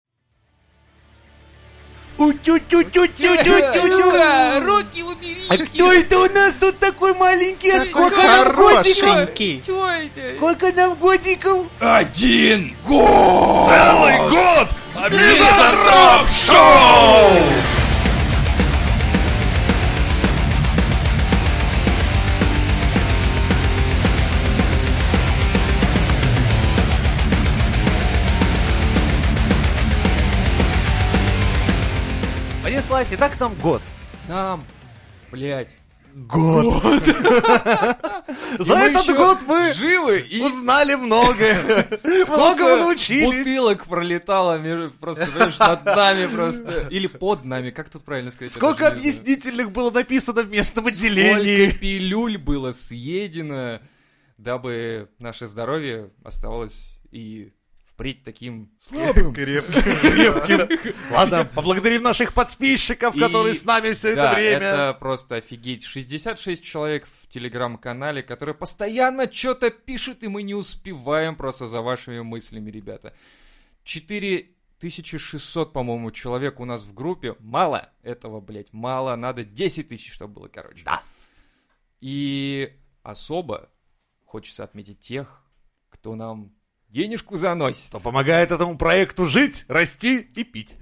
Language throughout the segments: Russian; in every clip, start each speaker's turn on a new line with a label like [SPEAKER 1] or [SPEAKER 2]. [SPEAKER 1] Утю-тю-тю-тю-тю-тю-тю.
[SPEAKER 2] Руки
[SPEAKER 1] А
[SPEAKER 2] уберите!
[SPEAKER 1] кто это у нас тут такой маленький? А
[SPEAKER 2] Какой
[SPEAKER 1] сколько нам годиков?
[SPEAKER 3] Хорошенький.
[SPEAKER 2] Чё это?
[SPEAKER 1] Сколько нам годиков?
[SPEAKER 4] Один год!
[SPEAKER 5] Целый год!
[SPEAKER 4] Мизантроп Шоу!
[SPEAKER 3] Понеслась, и так нам год.
[SPEAKER 2] Нам, блядь.
[SPEAKER 3] Год. За
[SPEAKER 2] мы
[SPEAKER 3] этот
[SPEAKER 2] ещё
[SPEAKER 3] год мы
[SPEAKER 2] Живы и
[SPEAKER 3] узнали многое. Многого
[SPEAKER 2] Сколько
[SPEAKER 3] научились.
[SPEAKER 2] бутылок пролетало между- просто, понимаешь, над нами просто. Или под нами, как тут правильно сказать? Я
[SPEAKER 3] Сколько
[SPEAKER 2] даже не знаю.
[SPEAKER 3] объяснительных было написано в местном
[SPEAKER 2] Сколько
[SPEAKER 3] отделении.
[SPEAKER 2] пилюль было съедено, дабы наше здоровье оставалось и впредь таким слабым.
[SPEAKER 5] Крепкий.
[SPEAKER 3] Ладно, поблагодарим наших подписчиков,
[SPEAKER 2] И-
[SPEAKER 3] которые с нами все это
[SPEAKER 2] Да,
[SPEAKER 3] время.
[SPEAKER 2] это просто офигеть. 66 человек в телеграм-канале, которые постоянно что-то пишут, и мы не успеваем просто за вашими мыслями, ребята. 4600, по-моему, человек у нас в группе. Мало этого, блядь, мало. Надо 10 тысяч, чтобы было, короче.
[SPEAKER 3] Да.
[SPEAKER 2] И особо хочется отметить тех, кто нам денежку заносит.
[SPEAKER 3] Что помогает этому проекту жить, расти и пить.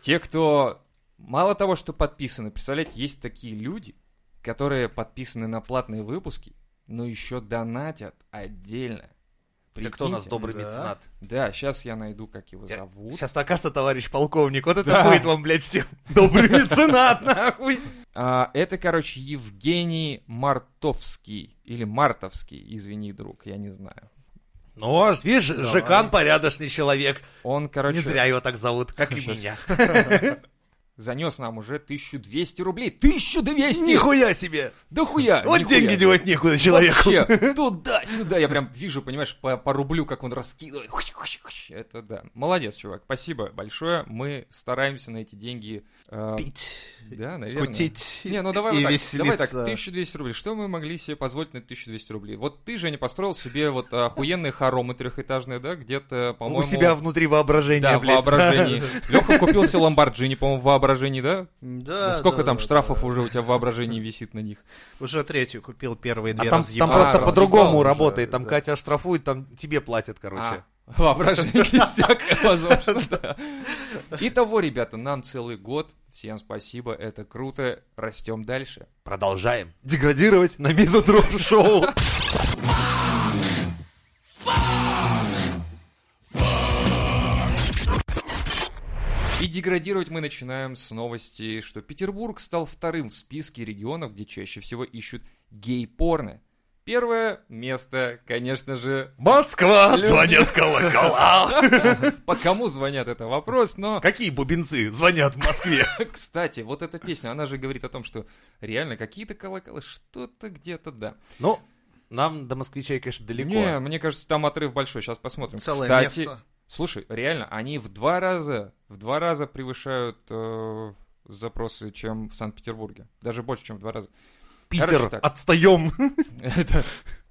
[SPEAKER 2] Те, кто мало того, что подписаны, представляете, есть такие люди, которые подписаны на платные выпуски, но еще донатят отдельно.
[SPEAKER 3] Да кто у нас
[SPEAKER 2] Прикиньте.
[SPEAKER 3] добрый
[SPEAKER 5] Да.
[SPEAKER 3] меценат?
[SPEAKER 2] Да, сейчас я найду, как его зовут.
[SPEAKER 3] Сейчас окажется, товарищ полковник, вот это
[SPEAKER 2] Да.
[SPEAKER 3] будет вам, блядь, всем добрый меценат, нахуй.
[SPEAKER 2] А, это, короче, Евгений Мартовский или Мартовский, извини, друг, я не знаю.
[SPEAKER 3] Ну, а видишь, Жекан порядочный человек.
[SPEAKER 2] Он, короче,
[SPEAKER 3] Не зря его так зовут, как и
[SPEAKER 2] Сейчас.
[SPEAKER 3] меня.
[SPEAKER 2] занес нам уже 1200 рублей. 1200!
[SPEAKER 3] Нихуя себе!
[SPEAKER 2] Да хуя!
[SPEAKER 3] Вот
[SPEAKER 2] нихуя.
[SPEAKER 3] деньги девать некуда человеку.
[SPEAKER 2] Вообще, туда-сюда. Я прям вижу, понимаешь, по, по рублю, как он раскидывает. Хуч-хуч-хуч. Это да. Молодец, чувак. Спасибо большое. Мы стараемся на эти деньги... э,
[SPEAKER 3] Пить,
[SPEAKER 2] да, наверное.
[SPEAKER 5] Кутить
[SPEAKER 2] Не, ну давай
[SPEAKER 5] и
[SPEAKER 2] вот так. Давай так,
[SPEAKER 5] веселиться.
[SPEAKER 2] 1200 рублей. Что мы могли себе позволить на 1200 рублей? Вот ты, Женя, построил себе вот охуенные хоромы трехэтажные, да? Где-то, по-моему...
[SPEAKER 3] У себя внутри воображения,
[SPEAKER 2] Да, в
[SPEAKER 3] блядь.
[SPEAKER 2] воображении. Леха купил себе ламборджини, по-моему, в воображении, да?
[SPEAKER 5] Да,
[SPEAKER 2] Ну, сколько
[SPEAKER 5] да,
[SPEAKER 2] там
[SPEAKER 5] да,
[SPEAKER 2] штрафов
[SPEAKER 5] да.
[SPEAKER 2] уже у тебя в воображении висит на них?
[SPEAKER 5] Уже третью купил, первые
[SPEAKER 3] А
[SPEAKER 5] две
[SPEAKER 3] там,
[SPEAKER 5] разъебал.
[SPEAKER 3] там просто
[SPEAKER 2] разъебал
[SPEAKER 3] по-другому
[SPEAKER 5] уже,
[SPEAKER 3] работает. Там
[SPEAKER 5] да.
[SPEAKER 3] Катя штрафует, там тебе платят, короче.
[SPEAKER 2] А, воображение всякое возможно, да. Итого, ребята, нам целый год. Всем спасибо, это круто. Растем дальше.
[SPEAKER 3] Продолжаем деградировать на мизотроп шоу.
[SPEAKER 2] И деградировать мы начинаем с новости, что Петербург стал вторым в списке регионов, где чаще всего ищут гей-порно. Первое место, конечно же,
[SPEAKER 3] Москва звонят колокола.
[SPEAKER 2] по кому звонят, это вопрос, но...
[SPEAKER 3] Какие бубенцы звонят в Москве?
[SPEAKER 2] Кстати, вот эта песня, она же говорит о том, что реально какие-то колоколы, что-то где-то, да.
[SPEAKER 3] Ну, нам до москвичей, конечно, далеко.
[SPEAKER 2] Не, мне кажется, там отрыв большой, сейчас посмотрим.
[SPEAKER 5] Целое
[SPEAKER 2] Кстати,
[SPEAKER 5] место.
[SPEAKER 2] Слушай, реально, они в два раза, в два раза превышают э, запросы, чем в Санкт-Петербурге. Даже больше, чем в два раза.
[SPEAKER 3] Питер,
[SPEAKER 2] Короче так.
[SPEAKER 3] отстаем.
[SPEAKER 2] Это,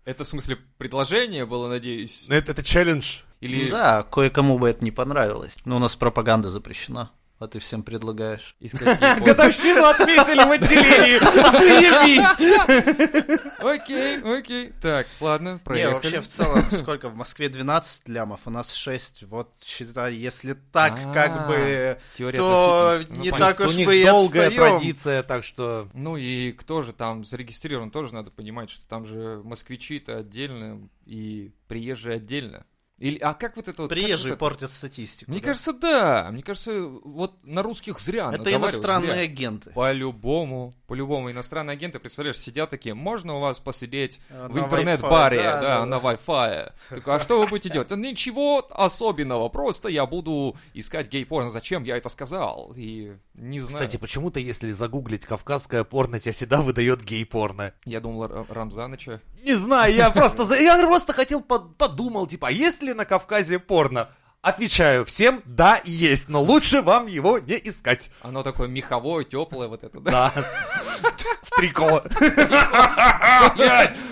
[SPEAKER 2] это в смысле предложение было, надеюсь?
[SPEAKER 3] Это, это челлендж.
[SPEAKER 2] Или...
[SPEAKER 5] Ну Да, кое-кому бы это не понравилось. Но у нас пропаганда запрещена, а ты всем предлагаешь.
[SPEAKER 2] из каких пор?
[SPEAKER 3] Годовщину отметили в отделении. Заебись.
[SPEAKER 2] Окей, окей. Так, ладно,
[SPEAKER 5] Не,
[SPEAKER 2] проехали.
[SPEAKER 5] вообще в целом, сколько в Москве 12 лямов, у нас 6. Вот считай, если так,
[SPEAKER 2] А,
[SPEAKER 5] как бы
[SPEAKER 2] Теория
[SPEAKER 5] то
[SPEAKER 2] относительности. Ну,
[SPEAKER 5] не
[SPEAKER 2] понятно.
[SPEAKER 5] так
[SPEAKER 3] У
[SPEAKER 5] уж
[SPEAKER 3] них
[SPEAKER 5] мы и
[SPEAKER 3] долгая
[SPEAKER 5] отстаем.
[SPEAKER 3] традиция, так что...
[SPEAKER 2] Ну и кто же там зарегистрирован, тоже надо понимать, что там же москвичи-то отдельно и приезжие отдельно. Или, а как вот это вот... как вот
[SPEAKER 5] Приезжие
[SPEAKER 2] это?
[SPEAKER 5] портят статистику.
[SPEAKER 2] Мне
[SPEAKER 5] типа, да.
[SPEAKER 2] кажется, да. Мне кажется, вот на русских зря.
[SPEAKER 5] это
[SPEAKER 2] наговаривают, зря.
[SPEAKER 5] иностранные агенты.
[SPEAKER 2] По-любому, по-любому. Иностранные агенты, представляешь, сидят такие, можно у вас посидеть
[SPEAKER 5] Э,
[SPEAKER 2] в
[SPEAKER 5] на
[SPEAKER 2] интернет-баре,
[SPEAKER 5] Wi-Fi,
[SPEAKER 2] да,
[SPEAKER 5] да, да,
[SPEAKER 2] на Wi-Fi. Такой, а что вы будете делать? «Да Ничего особенного, просто я буду искать гей-порно. Зачем я это сказал? И не знаю.
[SPEAKER 3] Кстати, почему-то, если загуглить кавказское порно, тебя всегда выдает гей-порно.
[SPEAKER 2] Я думал, Ра- Рамзаныча.
[SPEAKER 3] Не знаю, я просто, за- я просто хотел, под- подумал, типа, а есть ли на Кавказе порно? Отвечаю всем, да, есть, но лучше вам его не искать.
[SPEAKER 2] Оно такое меховое, теплое, вот это, да?
[SPEAKER 3] Да. В трико.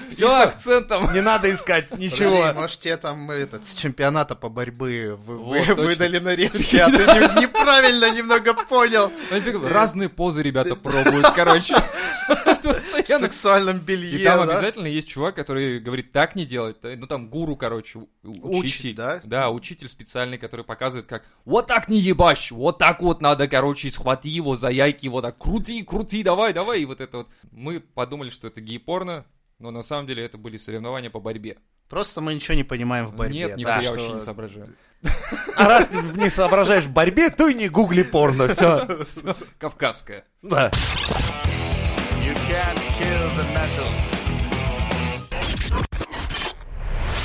[SPEAKER 2] Все с акцентом.
[SPEAKER 3] Не надо искать
[SPEAKER 5] Подожди,
[SPEAKER 3] ничего.
[SPEAKER 5] может, тебе там э, этот, с чемпионата по борьбе вы- вы-
[SPEAKER 2] точно.
[SPEAKER 5] выдали нарезки, а ты не- неправильно немного понял.
[SPEAKER 2] Они такие, Разные позы ребята пробуют, короче.
[SPEAKER 5] В
[SPEAKER 2] Постоянно.
[SPEAKER 5] сексуальном
[SPEAKER 2] И
[SPEAKER 5] белье,
[SPEAKER 2] там
[SPEAKER 5] да?
[SPEAKER 2] обязательно есть чувак, который говорит, так не делать. Ну там гуру, короче, у- у-
[SPEAKER 5] Учит,
[SPEAKER 2] учитель.
[SPEAKER 5] да?
[SPEAKER 2] Да, учитель специальный, который показывает, как вот так не ебашь, вот так вот надо, короче, схвати его за яйки, вот так крути, крути, давай, давай. И вот это вот. Мы подумали, что это гей-порно, но на самом деле это были соревнования по борьбе.
[SPEAKER 5] Просто мы ничего не понимаем в борьбе.
[SPEAKER 2] Нет,
[SPEAKER 5] да,
[SPEAKER 2] нихуя
[SPEAKER 5] что-
[SPEAKER 2] вообще не соображаю.
[SPEAKER 3] А раз ты не соображаешь в борьбе, то и не гугли порно. Все.
[SPEAKER 2] Кавказская.
[SPEAKER 3] Да.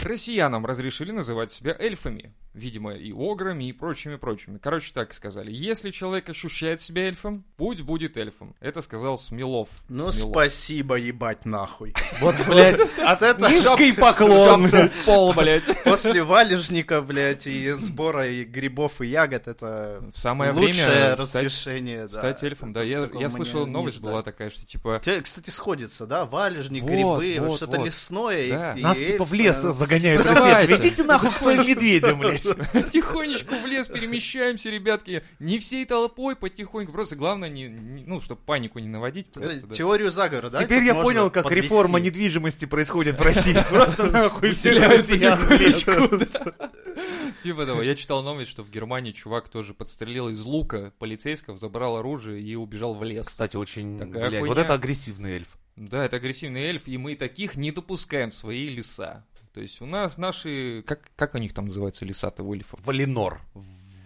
[SPEAKER 2] Россиянам разрешили называть себя эльфами. Видимо, и ограми, и прочими-прочими. Короче, так сказали. Если человек ощущает себя эльфом, путь будет эльфом. Это сказал Смелов.
[SPEAKER 5] Ну,
[SPEAKER 2] Смелов.
[SPEAKER 5] спасибо, ебать, нахуй.
[SPEAKER 3] Вот, блядь,
[SPEAKER 5] От этого
[SPEAKER 3] низкий поклон.
[SPEAKER 2] Жопца в пол, блядь.
[SPEAKER 5] после валежника, блядь, и сбора и грибов и ягод, это
[SPEAKER 2] В самое
[SPEAKER 5] лучшее
[SPEAKER 2] время стать-
[SPEAKER 5] разрешение, да.
[SPEAKER 2] Стать эльфом, да.
[SPEAKER 5] Тут
[SPEAKER 2] Я,
[SPEAKER 5] такого
[SPEAKER 2] я
[SPEAKER 5] мы не-
[SPEAKER 2] слышал,
[SPEAKER 5] не
[SPEAKER 2] новость
[SPEAKER 5] ждали.
[SPEAKER 2] была такая, что типа...
[SPEAKER 5] Те, Кстати, сходится, да, валежник,
[SPEAKER 2] Вот,
[SPEAKER 5] грибы, вот
[SPEAKER 2] вот,
[SPEAKER 5] что-то
[SPEAKER 2] вот.
[SPEAKER 5] лесное. и-
[SPEAKER 2] Да.
[SPEAKER 5] и
[SPEAKER 3] Нас типа
[SPEAKER 5] эльф,
[SPEAKER 3] в лес
[SPEAKER 5] да.
[SPEAKER 3] загоняют.
[SPEAKER 2] Давайте.
[SPEAKER 3] Россия. Идите нахуй к своим медведям, блядь.
[SPEAKER 2] Тихонечку в лес перемещаемся, ребятки. Не всей толпой, потихоньку. Просто главное, не, не- ну, чтобы панику не наводить.
[SPEAKER 5] Это
[SPEAKER 2] Это да.
[SPEAKER 5] Э, Теорию заговора, да?
[SPEAKER 3] Теперь
[SPEAKER 5] тут
[SPEAKER 3] я
[SPEAKER 5] можно
[SPEAKER 3] понял, как
[SPEAKER 5] подвести.
[SPEAKER 3] реформа недвижимости происходит в России. Просто нахуй всех россиян.
[SPEAKER 2] Типа того, я читал новость, что в Германии чувак тоже подстрелил из лука полицейского, забрал оружие и убежал в лес.
[SPEAKER 3] Кстати, очень,
[SPEAKER 2] Такая
[SPEAKER 3] блядь,
[SPEAKER 2] хуйня.
[SPEAKER 3] вот это агрессивный эльф.
[SPEAKER 2] Да, это агрессивный эльф, и мы таких не допускаем в свои леса. То есть у нас наши... Как, как у них там называются леса-то у эльфов?
[SPEAKER 3] Валинор.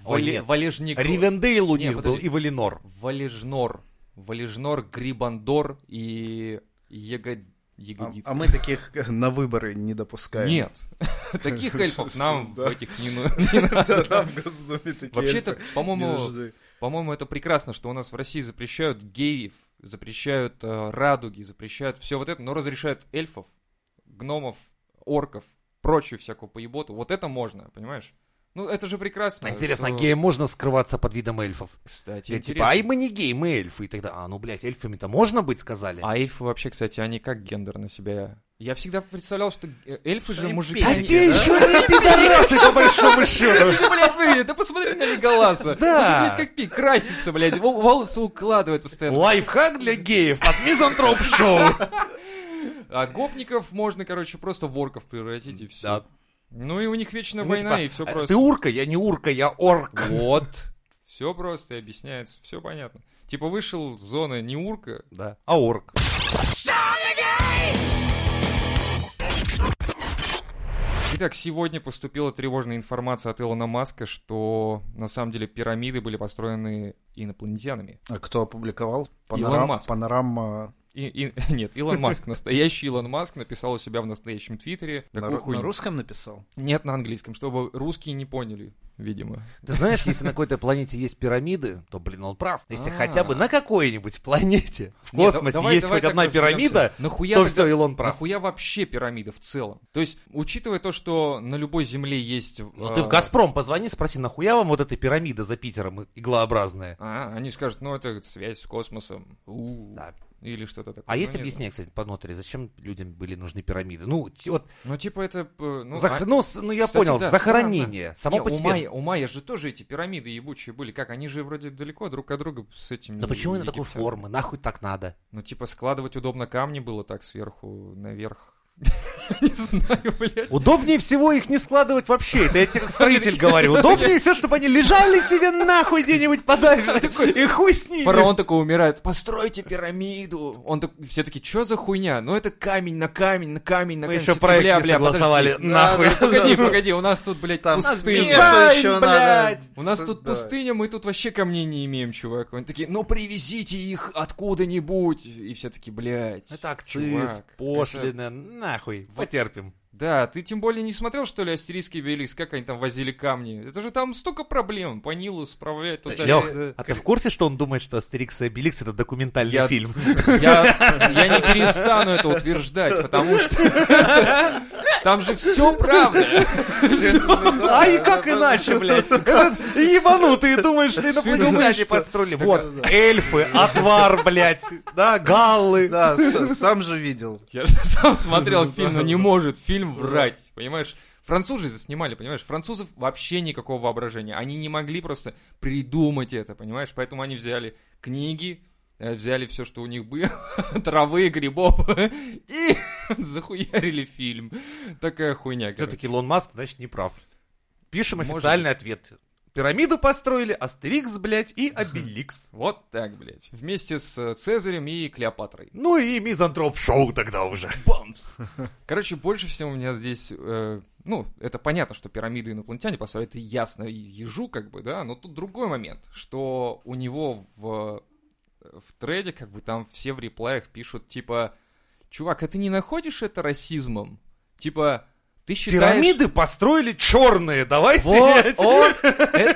[SPEAKER 3] Ой,
[SPEAKER 2] Вале-
[SPEAKER 3] нет.
[SPEAKER 2] Валежник...
[SPEAKER 3] Ривендейл у
[SPEAKER 2] Не,
[SPEAKER 3] них был
[SPEAKER 2] подожди.
[SPEAKER 3] и Валинор.
[SPEAKER 2] Валежнор. Валежнор, Грибандор и Яго...
[SPEAKER 5] А,
[SPEAKER 2] Ягодица.
[SPEAKER 5] а мы таких э, на выборы не допускаем.
[SPEAKER 2] Нет. Таких эльфов нам в
[SPEAKER 5] Да.
[SPEAKER 2] этих не ну- не надо.
[SPEAKER 5] Да, там в Госдуме такие
[SPEAKER 2] Вообще-то,
[SPEAKER 5] эльфы не
[SPEAKER 2] по-моему,
[SPEAKER 5] нужны.
[SPEAKER 2] По-моему, это прекрасно, что у нас в России запрещают геев, запрещают э, радуги, запрещают все вот это, но разрешают эльфов, гномов, орков, прочую всякую поеботу. Вот это можно, понимаешь? Ну, это же прекрасно.
[SPEAKER 3] Интересно,
[SPEAKER 2] что-
[SPEAKER 3] геям можно скрываться под видом эльфов?
[SPEAKER 2] Кстати,
[SPEAKER 3] Я
[SPEAKER 2] интересно.
[SPEAKER 3] типа, ай, мы не гей, мы эльфы. И тогда, а, ну, блядь, эльфами-то можно быть, сказали?
[SPEAKER 2] А эльфы вообще, кстати, они как гендер на себя... Я всегда представлял, что э, эльфы же
[SPEAKER 5] они
[SPEAKER 2] мужики.
[SPEAKER 5] педики,
[SPEAKER 2] они-
[SPEAKER 5] да?
[SPEAKER 3] еще не пидорасы, по большому счету?
[SPEAKER 2] Как же, блядь, выглядит? Да посмотри на Леголаса.
[SPEAKER 3] Да.
[SPEAKER 2] Он же, блядь, как пик, красится, блядь, вол- волосы укладывает постоянно.
[SPEAKER 3] Лайфхак для геев от Мизантроп Шоу.
[SPEAKER 2] А гопников можно, короче, просто в орков превратить и все.
[SPEAKER 3] Да.
[SPEAKER 2] Ну и у них вечно
[SPEAKER 3] Ну,
[SPEAKER 2] война,
[SPEAKER 3] типа,
[SPEAKER 2] и все
[SPEAKER 3] «А,
[SPEAKER 2] просто.
[SPEAKER 3] Ты урка, я не урка, я орк.
[SPEAKER 2] Вот. Все просто и объясняется, все понятно. Типа вышел с зоны не урка.
[SPEAKER 3] Да, а орк.
[SPEAKER 2] Итак, сегодня поступила тревожная информация от Илона Маска, что на самом деле пирамиды были построены инопланетянами.
[SPEAKER 5] А кто опубликовал?
[SPEAKER 2] Илон
[SPEAKER 5] Панорам-
[SPEAKER 2] Маск.
[SPEAKER 5] Панорама
[SPEAKER 2] И, и- нет, Илон Маск, настоящий Илон Маск, написал у себя в настоящем твиттере.
[SPEAKER 5] на,
[SPEAKER 2] такую
[SPEAKER 5] ру-
[SPEAKER 2] хуйню.
[SPEAKER 5] на русском написал?
[SPEAKER 2] Нет, на английском, чтобы русские не поняли, видимо.
[SPEAKER 3] Ты знаешь, если на какой-то планете есть пирамиды, то, блин, он прав. Если
[SPEAKER 2] А.
[SPEAKER 3] хотя бы на какой-нибудь планете в
[SPEAKER 2] Не, да-
[SPEAKER 3] космосе
[SPEAKER 2] давай-
[SPEAKER 3] есть
[SPEAKER 2] давай
[SPEAKER 3] хоть
[SPEAKER 2] так
[SPEAKER 3] одна
[SPEAKER 2] разберемся.
[SPEAKER 3] пирамида,
[SPEAKER 2] Нахуя
[SPEAKER 3] то
[SPEAKER 2] тогда-
[SPEAKER 3] все, Илон прав.
[SPEAKER 2] Нахуя вообще пирамида в целом? То есть, учитывая то, что на любой земле есть...
[SPEAKER 3] Ну
[SPEAKER 2] э,
[SPEAKER 3] ты в Газпром позвони, спроси, нахуя вам вот эта пирамида за Питером иглообразная?
[SPEAKER 2] А, они скажут, ну это связь с космосом. У.
[SPEAKER 3] Да.
[SPEAKER 2] Или что-то такое.
[SPEAKER 3] А
[SPEAKER 2] Ну,
[SPEAKER 3] есть
[SPEAKER 2] не
[SPEAKER 3] объяснение, кстати, по нотаре, зачем людям были нужны пирамиды? Ну, т- вот,
[SPEAKER 2] знаю. Ну, типа это... э, Ну,
[SPEAKER 3] зах- ну,
[SPEAKER 2] а-
[SPEAKER 3] с- ну, я
[SPEAKER 2] кстати,
[SPEAKER 3] понял,
[SPEAKER 2] да,
[SPEAKER 3] захоронение. Само
[SPEAKER 2] Не,
[SPEAKER 3] по
[SPEAKER 2] у
[SPEAKER 3] себе.
[SPEAKER 2] Майя, у Майя же тоже эти пирамиды ебучие были. Как, они же вроде далеко друг от друга с этими...
[SPEAKER 3] Но почему она такой
[SPEAKER 2] египтянами.
[SPEAKER 3] формы? Нахуй так надо?
[SPEAKER 2] Ну, типа, складывать удобно камни было так сверху наверх. Не знаю, блядь.
[SPEAKER 3] Удобнее всего их не складывать вообще. Это я тебе как строитель говорю. Удобнее все, чтобы они лежали себе нахуй где-нибудь подальше. И хуй с ними.
[SPEAKER 2] Фараон такой умирает, постройте пирамиду. Он так, все такие, что за хуйня? Ну это камень на камень, на камень, на
[SPEAKER 3] Мы
[SPEAKER 2] камень.
[SPEAKER 3] еще
[SPEAKER 2] Все такие,
[SPEAKER 3] проект не
[SPEAKER 2] «Бля, бля, подожди».
[SPEAKER 3] согласовали. Нахуй.
[SPEAKER 2] Погоди, погоди, у нас тут, блядь,
[SPEAKER 5] Там
[SPEAKER 2] пустыня.
[SPEAKER 3] нет.
[SPEAKER 5] что
[SPEAKER 3] Ай,
[SPEAKER 5] еще
[SPEAKER 3] блядь!
[SPEAKER 5] надо?
[SPEAKER 2] У нас
[SPEAKER 5] С-
[SPEAKER 2] тут
[SPEAKER 5] да.
[SPEAKER 2] пустыня, мы тут вообще камней не имеем, чувак. Они такие, ну привезите их откуда-нибудь. И все такие, блядь.
[SPEAKER 3] Это акциз,
[SPEAKER 2] чувак,
[SPEAKER 3] пошлины, нахуй. Потерпим.
[SPEAKER 2] это- Да, ты тем более не смотрел, что ли, Астерийский Великс, как они там возили камни? Это же там столько проблем по Нилу справлять. туда-
[SPEAKER 3] Лех,
[SPEAKER 2] Да.
[SPEAKER 3] а ты в курсе, что он думает, что Астерикс и Обеликс это документальный
[SPEAKER 2] э, Я-
[SPEAKER 3] фильм?
[SPEAKER 2] Я, я не перестану это утверждать, потому что там же все правда.
[SPEAKER 3] А и как иначе, блядь? Этот Ебанутый, думаешь, что инопланетяне подстроили. Вот, эльфы, отвар, блядь, да, галлы.
[SPEAKER 5] Да, с- сам же видел.
[SPEAKER 2] Я же сам смотрел фильм, но не может фильм врать, понимаешь? Французы же снимали, понимаешь? Французов вообще никакого воображения. Они не могли просто придумать это, понимаешь? Поэтому они взяли книги, э, взяли все, что у них было, травы, грибов, и захуярили фильм. Такая хуйня, короче.
[SPEAKER 3] Все-таки Илон Маск, значит, не прав. Пишем
[SPEAKER 2] Может
[SPEAKER 3] официальный ответ. Пирамиду построили, Астерикс, блядь, и Обеликс.
[SPEAKER 2] Вот так, блядь. Вместе с э, Цезарем и Клеопатрой.
[SPEAKER 3] Ну и мизантроп-шоу тогда уже.
[SPEAKER 2] Бамс! Короче, больше всего у меня здесь... э, ну, это понятно, что пирамиды инопланетяне поставили, это ясно и ежу, как бы, да, но тут другой момент, что у него в, э, в треде, как бы, там все в реплаях пишут, типа, чувак, а ты не находишь это расизмом? Типа, ты считаешь...
[SPEAKER 3] Пирамиды построили черные, давайте.
[SPEAKER 2] Вот,
[SPEAKER 3] блядь.
[SPEAKER 2] вот, э-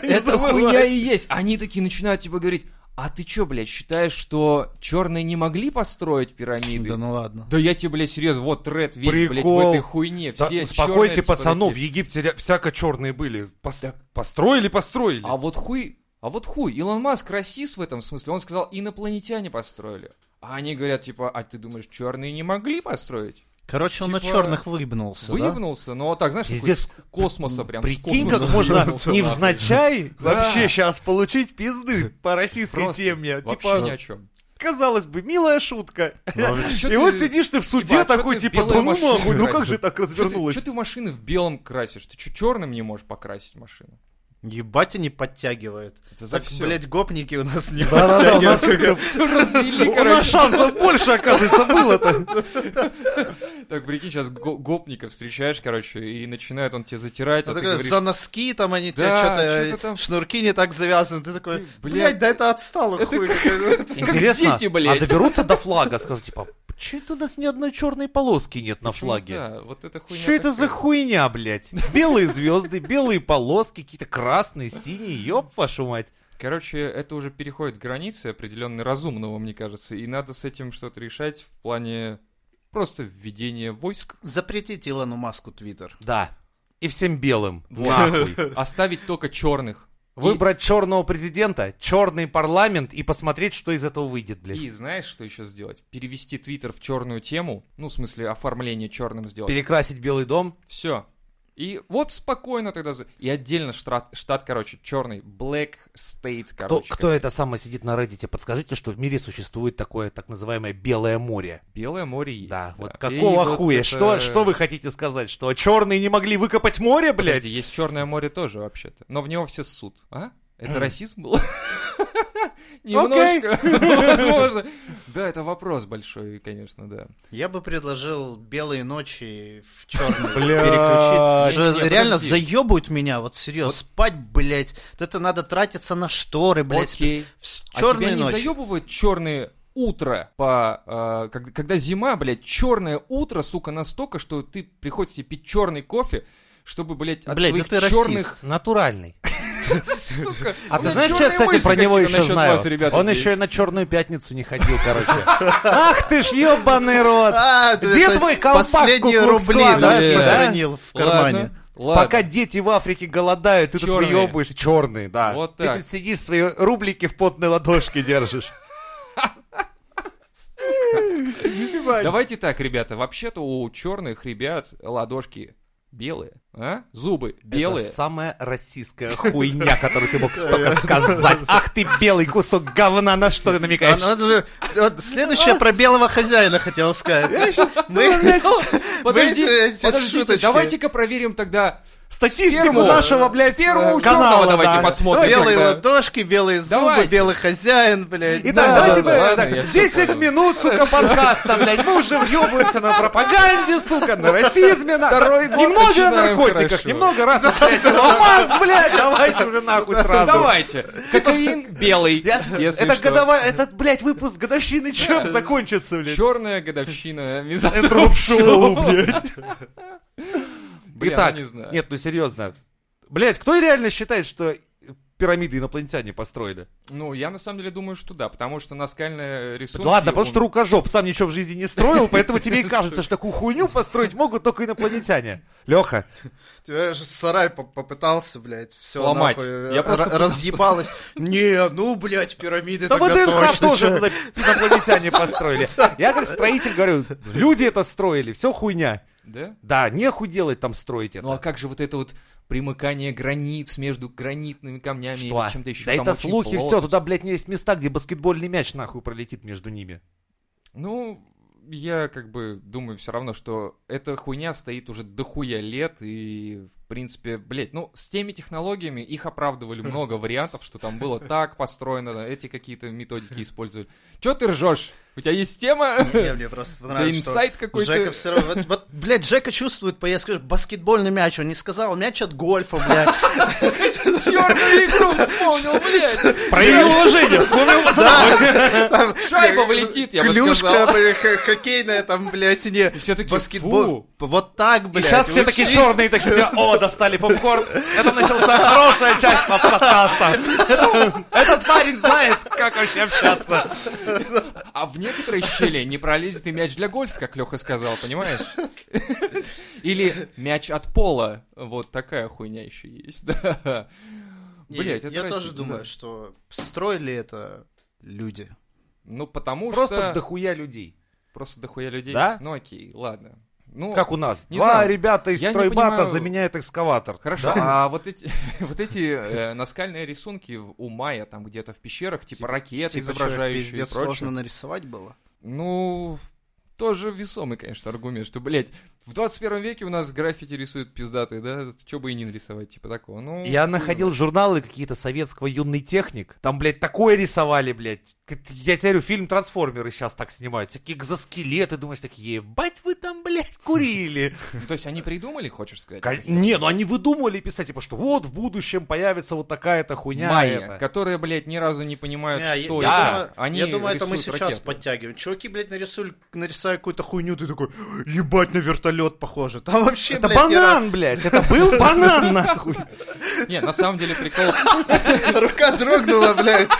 [SPEAKER 2] это
[SPEAKER 3] забывай.
[SPEAKER 2] хуйня и есть. Они такие начинают типа говорить, а ты чё, блядь, считаешь, что черные не могли построить пирамиды?
[SPEAKER 5] Да ну ладно.
[SPEAKER 2] Да я тебе, блядь, серьезно, вот тред весь, блядь, в
[SPEAKER 3] Прикол.
[SPEAKER 2] этой хуйне.
[SPEAKER 3] Да,
[SPEAKER 2] Все
[SPEAKER 3] успокойте
[SPEAKER 2] чёрные, типа,
[SPEAKER 3] пацанов, в
[SPEAKER 2] такие.
[SPEAKER 3] Египте ря- всяко черные были. Пос- Построили, построили.
[SPEAKER 2] А вот хуй, а вот хуй. Илон Маск расист в этом смысле. Он сказал, инопланетяне построили. А они говорят, типа, а ты думаешь, черные не могли построить?
[SPEAKER 5] Короче, он на
[SPEAKER 2] Типа,
[SPEAKER 5] черных выебнулся, да?
[SPEAKER 2] Выебнулся, но так, знаешь, такой
[SPEAKER 3] Пиздец.
[SPEAKER 2] с космоса прям. с
[SPEAKER 3] Прикинь,
[SPEAKER 2] космоса
[SPEAKER 3] как можно
[SPEAKER 2] выебнулся, нахуй.
[SPEAKER 3] невзначай
[SPEAKER 2] Да.
[SPEAKER 3] вообще сейчас получить пизды по российской
[SPEAKER 2] Просто
[SPEAKER 3] теме.
[SPEAKER 2] Вообще ни о
[SPEAKER 3] Типа,
[SPEAKER 2] чем.
[SPEAKER 3] казалось бы, милая шутка.
[SPEAKER 2] Чё
[SPEAKER 3] И вот
[SPEAKER 2] ты-
[SPEAKER 3] сидишь ты в
[SPEAKER 2] типа,
[SPEAKER 3] суде
[SPEAKER 2] а чё
[SPEAKER 3] такой,
[SPEAKER 2] ты
[SPEAKER 3] типа, да
[SPEAKER 2] белые
[SPEAKER 3] ну
[SPEAKER 2] машины
[SPEAKER 3] нахуй, ну как
[SPEAKER 2] красишь?
[SPEAKER 3] же так
[SPEAKER 2] Что ты,
[SPEAKER 3] развернулось?
[SPEAKER 2] чё ты машины в белом красишь? Ты что, черным не можешь покрасить машину?
[SPEAKER 5] Ебать, они подтягивают.
[SPEAKER 2] Это за
[SPEAKER 5] Так,
[SPEAKER 2] всё.
[SPEAKER 5] блядь, гопники у нас не
[SPEAKER 3] Да-да-да, у нас
[SPEAKER 5] подтягивают.
[SPEAKER 2] Развели,
[SPEAKER 3] У нас шансов больше, оказывается, было-то.
[SPEAKER 2] Так, прикинь, сейчас го- гопника встречаешь, короче, и начинает он тебе затирать, а
[SPEAKER 5] Ну,
[SPEAKER 2] ты
[SPEAKER 5] такое,
[SPEAKER 2] говоришь...
[SPEAKER 5] За носки там они
[SPEAKER 2] Да,
[SPEAKER 5] тебя
[SPEAKER 2] чё-то
[SPEAKER 5] что-то...
[SPEAKER 2] там.
[SPEAKER 5] Шнурки не так завязаны. Ты такой,
[SPEAKER 2] Ты, блядь,
[SPEAKER 5] блядь, да это отстало хуй.
[SPEAKER 2] как дети, блядь.
[SPEAKER 3] а доберутся до флага, скажут, типа, почему это у нас ни одной черной полоски нет на
[SPEAKER 2] «Ну Почему Да, вот это хуйня.
[SPEAKER 3] Что это за
[SPEAKER 2] такая.
[SPEAKER 3] хуйня, блядь? Белые звезды, белые полоски, какие-то красные, синие, ёб вашу мать.
[SPEAKER 2] Короче, это уже переходит границы определенно разумного, мне кажется, и надо с этим что-то решать в плане просто введения войск.
[SPEAKER 5] Запретить Илону Маску твиттер.
[SPEAKER 3] Да. И всем белым.
[SPEAKER 2] Вот.
[SPEAKER 3] Нахуй.
[SPEAKER 2] Оставить только черных.
[SPEAKER 3] Выбрать черного президента, черный парламент и посмотреть, что из этого выйдет, блядь.
[SPEAKER 2] И знаешь, что еще сделать? Перевести Твиттер в черную тему, ну, в смысле, оформление черным сделать.
[SPEAKER 3] Перекрасить Белый дом.
[SPEAKER 2] Все. И вот спокойно тогда... за- И отдельно штат, штат короче, черный. Black State,
[SPEAKER 3] Кто,
[SPEAKER 2] короче.
[SPEAKER 3] кто это самое сидит на Reddit? Подскажите, что в мире существует такое так называемое Белое море.
[SPEAKER 2] Белое море есть.
[SPEAKER 3] Да, вот
[SPEAKER 2] И
[SPEAKER 3] какого
[SPEAKER 2] вот
[SPEAKER 3] хуя?
[SPEAKER 2] это-
[SPEAKER 3] Что, что вы хотите сказать? Что черные не могли выкопать море,
[SPEAKER 2] Подожди,
[SPEAKER 3] блядь?
[SPEAKER 2] есть Черное море тоже, вообще-то. Но в него все ссут. А? Это расизм был? Немножко, возможно. Да, это вопрос большой, конечно, да.
[SPEAKER 5] Я бы предложил белые ночи в черные
[SPEAKER 3] Блядь.
[SPEAKER 5] переключить. Же
[SPEAKER 2] Не,
[SPEAKER 5] Реально
[SPEAKER 2] подожди.
[SPEAKER 5] заебывают меня, вот серьезно. Спать, блядь. Вот Это надо тратиться на шторы, блядь.
[SPEAKER 2] Окей.
[SPEAKER 5] В
[SPEAKER 2] А
[SPEAKER 5] черные
[SPEAKER 2] тебя не
[SPEAKER 5] ночи.
[SPEAKER 2] заебывают черные утро по э, как- когда зима, блядь, черное утро, сука, настолько, что ты приходится тебе пить черный кофе, чтобы, блядь, от
[SPEAKER 5] Блядь, да
[SPEAKER 2] твоих
[SPEAKER 5] ты расист.
[SPEAKER 2] черных...
[SPEAKER 3] Натуральный.
[SPEAKER 2] Сука,
[SPEAKER 3] А
[SPEAKER 2] у
[SPEAKER 3] ты
[SPEAKER 2] меня
[SPEAKER 3] знаешь, что я,
[SPEAKER 2] Ну, черные
[SPEAKER 3] кстати,
[SPEAKER 2] мысли
[SPEAKER 3] про него
[SPEAKER 2] какие-то
[SPEAKER 3] еще
[SPEAKER 2] насчет
[SPEAKER 3] знаю?
[SPEAKER 2] вас, ребята,
[SPEAKER 3] Он
[SPEAKER 2] здесь.
[SPEAKER 3] еще и на Черную Пятницу не ходил, короче. Ах ты ж ебаный рот!
[SPEAKER 5] А,
[SPEAKER 3] Где
[SPEAKER 5] это
[SPEAKER 3] твой колпак
[SPEAKER 5] Последние
[SPEAKER 3] Ку-Клукс
[SPEAKER 5] рубли,
[SPEAKER 3] Клана,
[SPEAKER 5] да,
[SPEAKER 2] блядь?
[SPEAKER 5] сохранил в
[SPEAKER 2] Ладно,
[SPEAKER 5] кармане.
[SPEAKER 2] ладно.
[SPEAKER 3] Пока дети в Африке голодают, ты
[SPEAKER 2] Чёрные.
[SPEAKER 3] тут выебываешь. Черные, да.
[SPEAKER 2] Вот
[SPEAKER 3] ты
[SPEAKER 2] так.
[SPEAKER 3] тут сидишь, свои рублики в потной ладошке держишь.
[SPEAKER 2] Давайте так, ребята, вообще-то у черных ребят ладошки белые, а? Зубы белые.
[SPEAKER 3] Это самая российская хуйня, которую ты мог только сказать. Ах ты белый кусок говна, на что ты намекаешь?
[SPEAKER 5] А, ну, это же- вот Следующее про белого хозяина хотел сказать. Мы-
[SPEAKER 2] Ну, Подожди,
[SPEAKER 5] Мы эти
[SPEAKER 2] подождите,
[SPEAKER 5] шуточки.
[SPEAKER 2] давайте-ка проверим тогда
[SPEAKER 3] Статистику
[SPEAKER 2] сперму.
[SPEAKER 3] нашего, блядь,
[SPEAKER 2] Сперму у
[SPEAKER 3] э, канала,
[SPEAKER 2] чёрного давайте
[SPEAKER 3] да.
[SPEAKER 2] посмотрим.
[SPEAKER 5] Белые
[SPEAKER 2] тогда.
[SPEAKER 5] ладошки, белые зубы,
[SPEAKER 2] Давайте.
[SPEAKER 5] белый хозяин, блядь.
[SPEAKER 3] Итак,
[SPEAKER 5] Да.
[SPEAKER 3] давайте
[SPEAKER 2] да,
[SPEAKER 3] мы-
[SPEAKER 2] ладно,
[SPEAKER 3] так,
[SPEAKER 2] я всё
[SPEAKER 3] 10
[SPEAKER 2] понял.
[SPEAKER 3] минут, сука, подкаста, блядь. Мы уже въебываемся на пропаганде, сука, на расизме, на
[SPEAKER 2] Второй год
[SPEAKER 3] немного
[SPEAKER 2] начинаем,
[SPEAKER 3] наркотиках.
[SPEAKER 2] хорошо.
[SPEAKER 3] Немного раз, блядь, алмаз, блядь, давайте уже нахуй сразу. Типа,
[SPEAKER 2] Давайте. Кокаин белый,
[SPEAKER 3] Я-
[SPEAKER 2] если
[SPEAKER 3] это
[SPEAKER 2] что.
[SPEAKER 3] годовая, этот, блядь, выпуск годовщины чем закончится, блядь?
[SPEAKER 2] Черная годовщина а,
[SPEAKER 3] Троп
[SPEAKER 2] мизантроп
[SPEAKER 3] шоу, блядь.
[SPEAKER 2] Бля,
[SPEAKER 3] Итак,
[SPEAKER 2] ну не знаю.
[SPEAKER 3] нет, ну серьезно. Блядь, кто реально считает, что пирамиды инопланетяне построили?
[SPEAKER 2] Ну, я на самом деле думаю, что да, потому что наскальные рисунки...
[SPEAKER 3] Ладно, потому что
[SPEAKER 2] он-
[SPEAKER 3] рукожоп сам ничего в жизни не строил, поэтому тебе и кажется, что такую хуйню построить могут только инопланетяне. Леха,
[SPEAKER 5] Я же сарай по- попытался, блядь, все
[SPEAKER 2] Сломать.
[SPEAKER 5] Нахуй,
[SPEAKER 2] Я
[SPEAKER 5] э,
[SPEAKER 2] просто
[SPEAKER 5] ра-
[SPEAKER 2] пытался.
[SPEAKER 5] разъебалось. Не, ну, блядь, пирамиды
[SPEAKER 3] да
[SPEAKER 5] тогда
[SPEAKER 3] ВДНХ
[SPEAKER 5] точно.
[SPEAKER 3] тоже
[SPEAKER 5] чё.
[SPEAKER 3] блядь, инопланетяне построили. Я как строитель говорю, люди это строили, все хуйня.
[SPEAKER 2] Да?
[SPEAKER 3] Да, нехуй делать там строить это.
[SPEAKER 2] Ну а как же вот это вот примыкание границ между гранитными камнями
[SPEAKER 3] Что?
[SPEAKER 2] или чем-то еще
[SPEAKER 3] да
[SPEAKER 2] там
[SPEAKER 3] это
[SPEAKER 2] очень
[SPEAKER 3] слухи,
[SPEAKER 2] плотно.
[SPEAKER 3] все, туда, блядь, не есть места, где баскетбольный мяч нахуй пролетит между ними.
[SPEAKER 2] Ну, я как бы думаю все равно, что эта хуйня стоит уже дохуя лет, и, в принципе, блядь, ну, с теми технологиями их оправдывали много вариантов, что там было так построено, эти какие-то методики использовали. Че ты ржешь? У тебя есть тема?
[SPEAKER 5] Не, мне просто
[SPEAKER 2] У тебя
[SPEAKER 5] понравилось, что
[SPEAKER 2] инсайт какой-то?
[SPEAKER 5] Жека все равно... Вот, вот, блядь, Жека чувствует, по- я скажу, баскетбольный мяч. Он не сказал мяч от гольфа, блядь.
[SPEAKER 2] Черную игру вспомнил, блядь!
[SPEAKER 3] Проявил уважение, вспомнил
[SPEAKER 5] Там, э,
[SPEAKER 2] Шайба вылетит, я бы
[SPEAKER 5] Клюшка,
[SPEAKER 2] сказал.
[SPEAKER 5] блядь, х- хоккейная там, блядь, не...
[SPEAKER 2] И все такие,
[SPEAKER 5] Баскетбол.
[SPEAKER 2] фу.
[SPEAKER 5] Вот так, блядь.
[SPEAKER 3] Сейчас все такие
[SPEAKER 5] учись.
[SPEAKER 3] черные, такие, типа, о, достали попкорн. Это начался хорошая часть по- подкаста. Это- Этот парень знает, как вообще общаться.
[SPEAKER 2] А в некоторые щели не пролезет и мяч для гольфа, как Леха сказал, понимаешь? Или мяч от пола. Вот такая хуйня еще есть, да.
[SPEAKER 5] И
[SPEAKER 2] Блять, это
[SPEAKER 5] Я
[SPEAKER 2] Россия,
[SPEAKER 5] тоже
[SPEAKER 2] да.
[SPEAKER 5] думаю, что строили это люди.
[SPEAKER 2] Ну, потому
[SPEAKER 3] Просто
[SPEAKER 2] что...
[SPEAKER 3] дохуя людей.
[SPEAKER 2] Просто дохуя людей.
[SPEAKER 3] Да?
[SPEAKER 2] Ну, окей, ладно. Ну,
[SPEAKER 3] Как у нас.
[SPEAKER 2] не
[SPEAKER 3] Два
[SPEAKER 2] знаю.
[SPEAKER 3] ребята из
[SPEAKER 2] Я не
[SPEAKER 3] стройбата
[SPEAKER 2] понимаю.
[SPEAKER 3] заменяют экскаватор.
[SPEAKER 2] Хорошо, а вот эти, вот эти э, наскальные рисунки в- у Майя там где-то в пещерах, типа ракеты
[SPEAKER 5] Типа, чё,
[SPEAKER 2] изображающие и
[SPEAKER 5] пиздец,
[SPEAKER 2] прочее.
[SPEAKER 5] сложно нарисовать было.
[SPEAKER 2] Ну, тоже весомый, конечно, аргумент, что, блядь, в 21 веке у нас граффити рисуют пиздатые, да? Чё бы и не нарисовать, типа такого. Ну,
[SPEAKER 3] Я находил журналы какие-то советского юный техник. Там, блядь, такое рисовали, блядь. К- Я тебе говорю, фильм «Трансформеры» сейчас так снимают. Такие экзоскелеты, думаешь, такие, ебать вы там, блядь, курили.
[SPEAKER 2] ну, то есть они придумали, хочешь сказать?
[SPEAKER 3] Кон- Не, ну они выдумывали писать, типа, что вот в будущем появится вот такая-то хуйня.
[SPEAKER 2] Майя,
[SPEAKER 3] это.
[SPEAKER 2] которые, блядь, ни разу не понимают,
[SPEAKER 5] Не,
[SPEAKER 2] что
[SPEAKER 5] я,
[SPEAKER 3] да,
[SPEAKER 2] это.
[SPEAKER 5] думаю,
[SPEAKER 2] Они
[SPEAKER 5] я думаю, это мы
[SPEAKER 2] рисуют
[SPEAKER 5] сейчас
[SPEAKER 2] ракеты.
[SPEAKER 5] подтягиваем. Чуваки, блядь, нарисуют, нарисовали какую-то хуйню, ты такой, ебать, на вертолет похоже. Там вообще,
[SPEAKER 3] Это
[SPEAKER 5] блядь, ни
[SPEAKER 3] банан, блядь, это был банан, нахуй.
[SPEAKER 2] Не, на самом деле прикол.
[SPEAKER 5] разу- Рука дрогнула, блядь.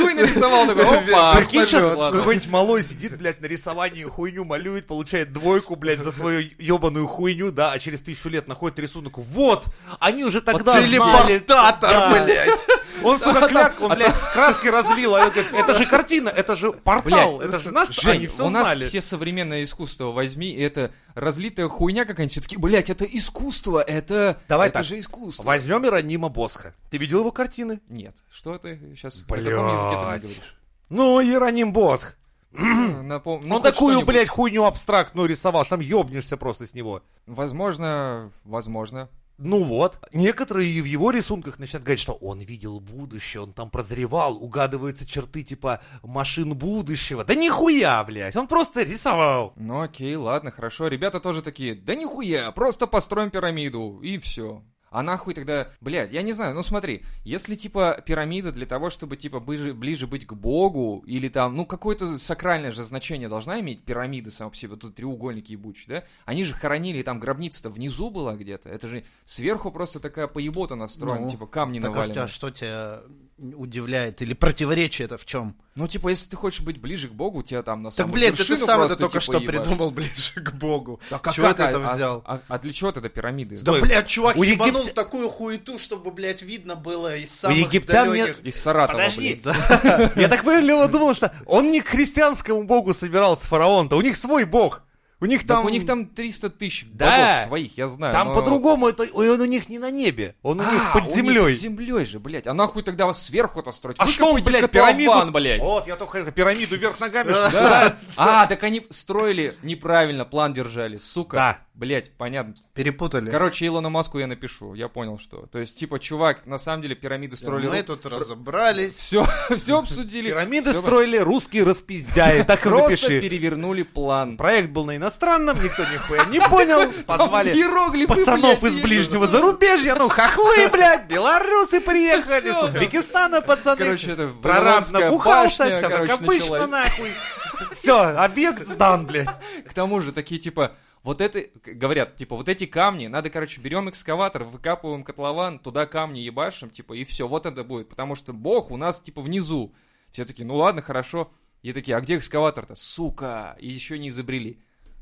[SPEAKER 2] Хуй нарисовал такой, опа,
[SPEAKER 5] Прикинь,
[SPEAKER 3] Прикинь,
[SPEAKER 2] пошёл,
[SPEAKER 3] сейчас
[SPEAKER 2] ладно.
[SPEAKER 3] какой-нибудь малой сидит, блядь, на рисовании хуйню малюет, получает двойку, блядь, за свою ебаную хуйню, да, а через тысячу лет находит рисунок. Вот! Они уже тогда знали. Да.
[SPEAKER 5] Телепортатор, блядь.
[SPEAKER 3] Он, сука, кляк, он, блядь, краски разлил. а я говорю, это же картина, это же портал,
[SPEAKER 2] Блядь,
[SPEAKER 3] это же наш,
[SPEAKER 2] Жень,
[SPEAKER 3] они все
[SPEAKER 2] у нас
[SPEAKER 3] знали.
[SPEAKER 2] все современное искусство возьми, и это разлитая хуйня какая-нибудь. Все такие, блядь, это искусство, это,
[SPEAKER 3] Давай
[SPEAKER 2] это
[SPEAKER 3] так,
[SPEAKER 2] же искусство.
[SPEAKER 3] Возьмем Иронима Босха. Ты видел его картины?
[SPEAKER 2] Нет, что ты сейчас
[SPEAKER 3] Блядь.
[SPEAKER 2] на каком языке ты мне говоришь?
[SPEAKER 3] Ну, Ироним Босх.
[SPEAKER 2] Напом- ну,
[SPEAKER 3] Он
[SPEAKER 2] хоть
[SPEAKER 3] такую,
[SPEAKER 2] что-нибудь.
[SPEAKER 3] блядь, хуйню абстрактную рисовал, что там ёбнешься просто с него.
[SPEAKER 2] Возможно, возможно.
[SPEAKER 3] Ну вот. Некоторые и в его рисунках начинают говорить, что он видел будущее, он там прозревал, угадываются черты типа машин будущего. Да нихуя, блядь, он просто рисовал.
[SPEAKER 2] Ну окей, ладно, хорошо. Ребята тоже такие, да нихуя, просто построим пирамиду, и все. А нахуй тогда, блядь, я не знаю, ну смотри, если типа пирамида для того, чтобы типа ближе, ближе быть к Богу, или там, ну какое-то сакральное же значение должна иметь пирамида сама по себе, вот этот треугольник ебучий, да? Они же хоронили, там гробница-то внизу была где-то, это же сверху просто такая поебота настроена,
[SPEAKER 5] Ну,
[SPEAKER 2] типа камни
[SPEAKER 5] Так а
[SPEAKER 2] навалены.
[SPEAKER 5] тебя что тебя удивляет или противоречие это в чем?
[SPEAKER 2] Ну типа, если ты хочешь быть ближе к Богу, тебя там на
[SPEAKER 5] Так,
[SPEAKER 2] самом
[SPEAKER 5] блядь, да ты сам
[SPEAKER 2] просто,
[SPEAKER 5] это
[SPEAKER 2] типа,
[SPEAKER 5] только что
[SPEAKER 2] ебашь.
[SPEAKER 5] придумал ближе к богу.
[SPEAKER 2] Так, а
[SPEAKER 5] Чего
[SPEAKER 2] как?
[SPEAKER 5] ты
[SPEAKER 2] А-
[SPEAKER 5] это
[SPEAKER 2] а-
[SPEAKER 5] взял?
[SPEAKER 2] А, а для чего тогда пирамиды?
[SPEAKER 5] Да,
[SPEAKER 3] Стой.
[SPEAKER 5] блядь, чувак
[SPEAKER 3] У
[SPEAKER 5] ебанул
[SPEAKER 3] египте-
[SPEAKER 5] такую хуету, чтобы, блядь, видно было из самых
[SPEAKER 3] египтян нет-
[SPEAKER 5] далёких.
[SPEAKER 2] Из Саратова,
[SPEAKER 5] Подожди.
[SPEAKER 2] блядь.
[SPEAKER 3] Я так понял, думал, что он не к христианскому богу собирался, фараон-то, у них свой бог. У них
[SPEAKER 2] Так
[SPEAKER 3] там...
[SPEAKER 2] у них там 300 тысяч
[SPEAKER 3] Да.
[SPEAKER 2] богов своих, я знаю.
[SPEAKER 3] Там
[SPEAKER 2] но-
[SPEAKER 3] по-другому, это он у них не на небе, он у
[SPEAKER 2] А,
[SPEAKER 3] них
[SPEAKER 2] у
[SPEAKER 3] под
[SPEAKER 2] них
[SPEAKER 3] землей.
[SPEAKER 2] Под землей же, блядь. А нахуй тогда вас сверху-то строить?
[SPEAKER 3] А что он,
[SPEAKER 2] Выкопайте
[SPEAKER 3] блядь,
[SPEAKER 2] котлован,
[SPEAKER 3] пирамиду...
[SPEAKER 2] блядь.
[SPEAKER 3] Вот, я только пирамиду вверх ногами, что ли?
[SPEAKER 2] Да. А, так они строили неправильно, план держали, сука.
[SPEAKER 3] Да.
[SPEAKER 2] Блять, понятно.
[SPEAKER 5] Перепутали.
[SPEAKER 2] Короче, Илона Маску я напишу, я понял, что. То есть, типа, чувак, на самом деле пирамиды
[SPEAKER 3] ну,
[SPEAKER 2] строили...
[SPEAKER 5] Мы тут разобрались.
[SPEAKER 2] Все, все обсудили.
[SPEAKER 3] Пирамиды
[SPEAKER 2] Всё
[SPEAKER 3] строили русские распиздяи, так и
[SPEAKER 2] Просто
[SPEAKER 3] напиши.
[SPEAKER 2] перевернули план.
[SPEAKER 3] Проект был на иностранном, никто нихуя не понял. Позвали
[SPEAKER 2] Иероглифы,
[SPEAKER 3] пацанов
[SPEAKER 2] блядь,
[SPEAKER 3] из
[SPEAKER 2] есть.
[SPEAKER 3] ближнего зарубежья, ну хохлы, блядь, белорусы приехали,
[SPEAKER 2] Всё.
[SPEAKER 3] с Узбекистана пацаны.
[SPEAKER 2] Короче, это
[SPEAKER 3] прораб
[SPEAKER 2] Вавилонская
[SPEAKER 3] набухался,
[SPEAKER 2] башня,
[SPEAKER 3] всё,
[SPEAKER 2] короче,
[SPEAKER 3] как обычно,
[SPEAKER 2] началась.
[SPEAKER 3] а нахуй. Все, объект сдан, блядь.
[SPEAKER 2] К тому же такие типа, вот это, к- говорят, типа, вот эти камни, надо, короче, берем экскаватор, выкапываем котлован, туда камни ебашим, типа, и все, вот это будет, потому что бог у нас, типа, внизу. Все такие, ну ладно, хорошо. И такие, а где экскаватор-то? Сука, и еще не изобрели.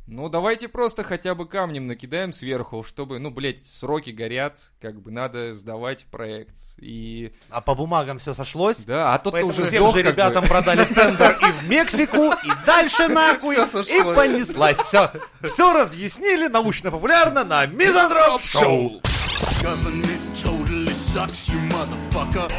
[SPEAKER 2] Ну, давайте просто хотя бы камнем накидаем сверху, чтобы, ну, блядь, сроки горят, как бы надо сдавать проект. И,
[SPEAKER 3] А по бумагам все сошлось.
[SPEAKER 2] да, а тот
[SPEAKER 3] Поэтому
[SPEAKER 2] уже
[SPEAKER 3] всем
[SPEAKER 2] сдох,
[SPEAKER 3] же
[SPEAKER 2] как бы.
[SPEAKER 3] ребятам продали тендер и в Мексику, и дальше нахуй,
[SPEAKER 5] Всё
[SPEAKER 3] и
[SPEAKER 5] сошлось.
[SPEAKER 3] понеслась. Все, все разъяснили научно-популярно на Мизантроп Шоу.
[SPEAKER 4] Government totally sucks, you motherfucker.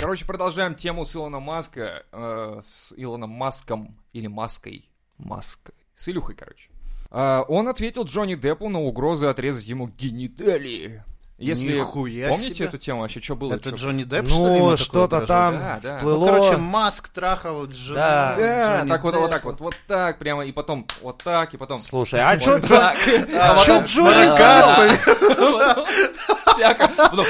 [SPEAKER 2] Короче, продолжаем тему с Илоном Маска, э, с Илоном Маском или Маской, Маской, с Илюхой, короче. Э, он ответил Джонни Деппу на угрозы отрезать ему гениталии. Если
[SPEAKER 5] Нихуя
[SPEAKER 2] помните
[SPEAKER 5] себе.
[SPEAKER 2] эту тему вообще, что было?
[SPEAKER 5] Это
[SPEAKER 2] чё-
[SPEAKER 5] Джонни Депп, что ли, ему
[SPEAKER 3] Ну,
[SPEAKER 5] такое
[SPEAKER 3] что-то
[SPEAKER 5] угрожал?
[SPEAKER 2] Да,
[SPEAKER 3] там
[SPEAKER 2] да.
[SPEAKER 5] Ну, короче,
[SPEAKER 3] всплыло.
[SPEAKER 5] Маск трахал жену.
[SPEAKER 3] Да.
[SPEAKER 2] Да,
[SPEAKER 5] Джонни
[SPEAKER 2] так вот,
[SPEAKER 5] Деппа.
[SPEAKER 2] вот так вот, вот так прямо, и потом вот так, и потом...
[SPEAKER 3] Слушай, а чё
[SPEAKER 2] вот
[SPEAKER 3] Джон...
[SPEAKER 2] так.
[SPEAKER 5] А,
[SPEAKER 3] чё
[SPEAKER 5] вот
[SPEAKER 3] Джонни
[SPEAKER 5] так,
[SPEAKER 3] сказал?
[SPEAKER 5] Маракасы.
[SPEAKER 2] Потом всяко, потом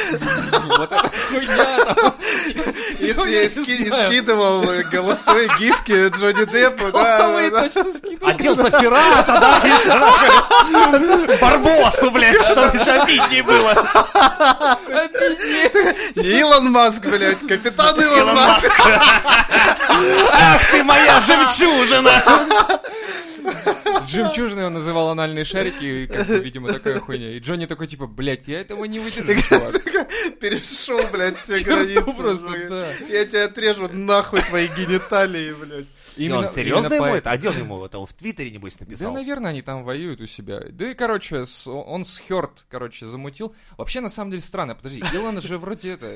[SPEAKER 2] вот это хуйня там. Ну,
[SPEAKER 5] Если
[SPEAKER 2] я
[SPEAKER 5] я
[SPEAKER 2] не
[SPEAKER 5] ски-
[SPEAKER 2] знаю.
[SPEAKER 5] скидывал э, голосовые гифки Джонни Деппа,
[SPEAKER 2] Он
[SPEAKER 5] да,
[SPEAKER 2] самый
[SPEAKER 5] да.
[SPEAKER 2] точно скидывал.
[SPEAKER 3] Оделся в пирата, да? и нахуй Барбосу, блядь, чтобы еще обиднее было.
[SPEAKER 2] Обиднее.
[SPEAKER 5] Илон Маск, блядь, капитан Илон
[SPEAKER 3] Илон
[SPEAKER 5] Маск.
[SPEAKER 3] Маск. Ах ты моя жемчужина!
[SPEAKER 2] Жемчужиной он называл анальные шарики, и, как бы, видимо, такая хуйня. И Джонни такой, типа, блядь, я этого не выдержу, чувак.
[SPEAKER 5] Перешел, блядь, все
[SPEAKER 2] Черту
[SPEAKER 5] границы.
[SPEAKER 2] ну, просто,
[SPEAKER 5] блядь.
[SPEAKER 2] да.
[SPEAKER 5] Я тебя отрежу нахуй твои гениталии, блядь.
[SPEAKER 3] И
[SPEAKER 2] Именно-
[SPEAKER 3] он серьезно
[SPEAKER 2] именно
[SPEAKER 3] ему
[SPEAKER 2] поэт-
[SPEAKER 3] это? Одел ему это, он в Твиттере, небось,
[SPEAKER 2] Да,
[SPEAKER 3] написал.
[SPEAKER 2] наверное, они там воюют у себя. Да и, короче, с- он с Хёрд, короче, замутил. Вообще, на самом деле, странно. Подожди, Илон же вроде это...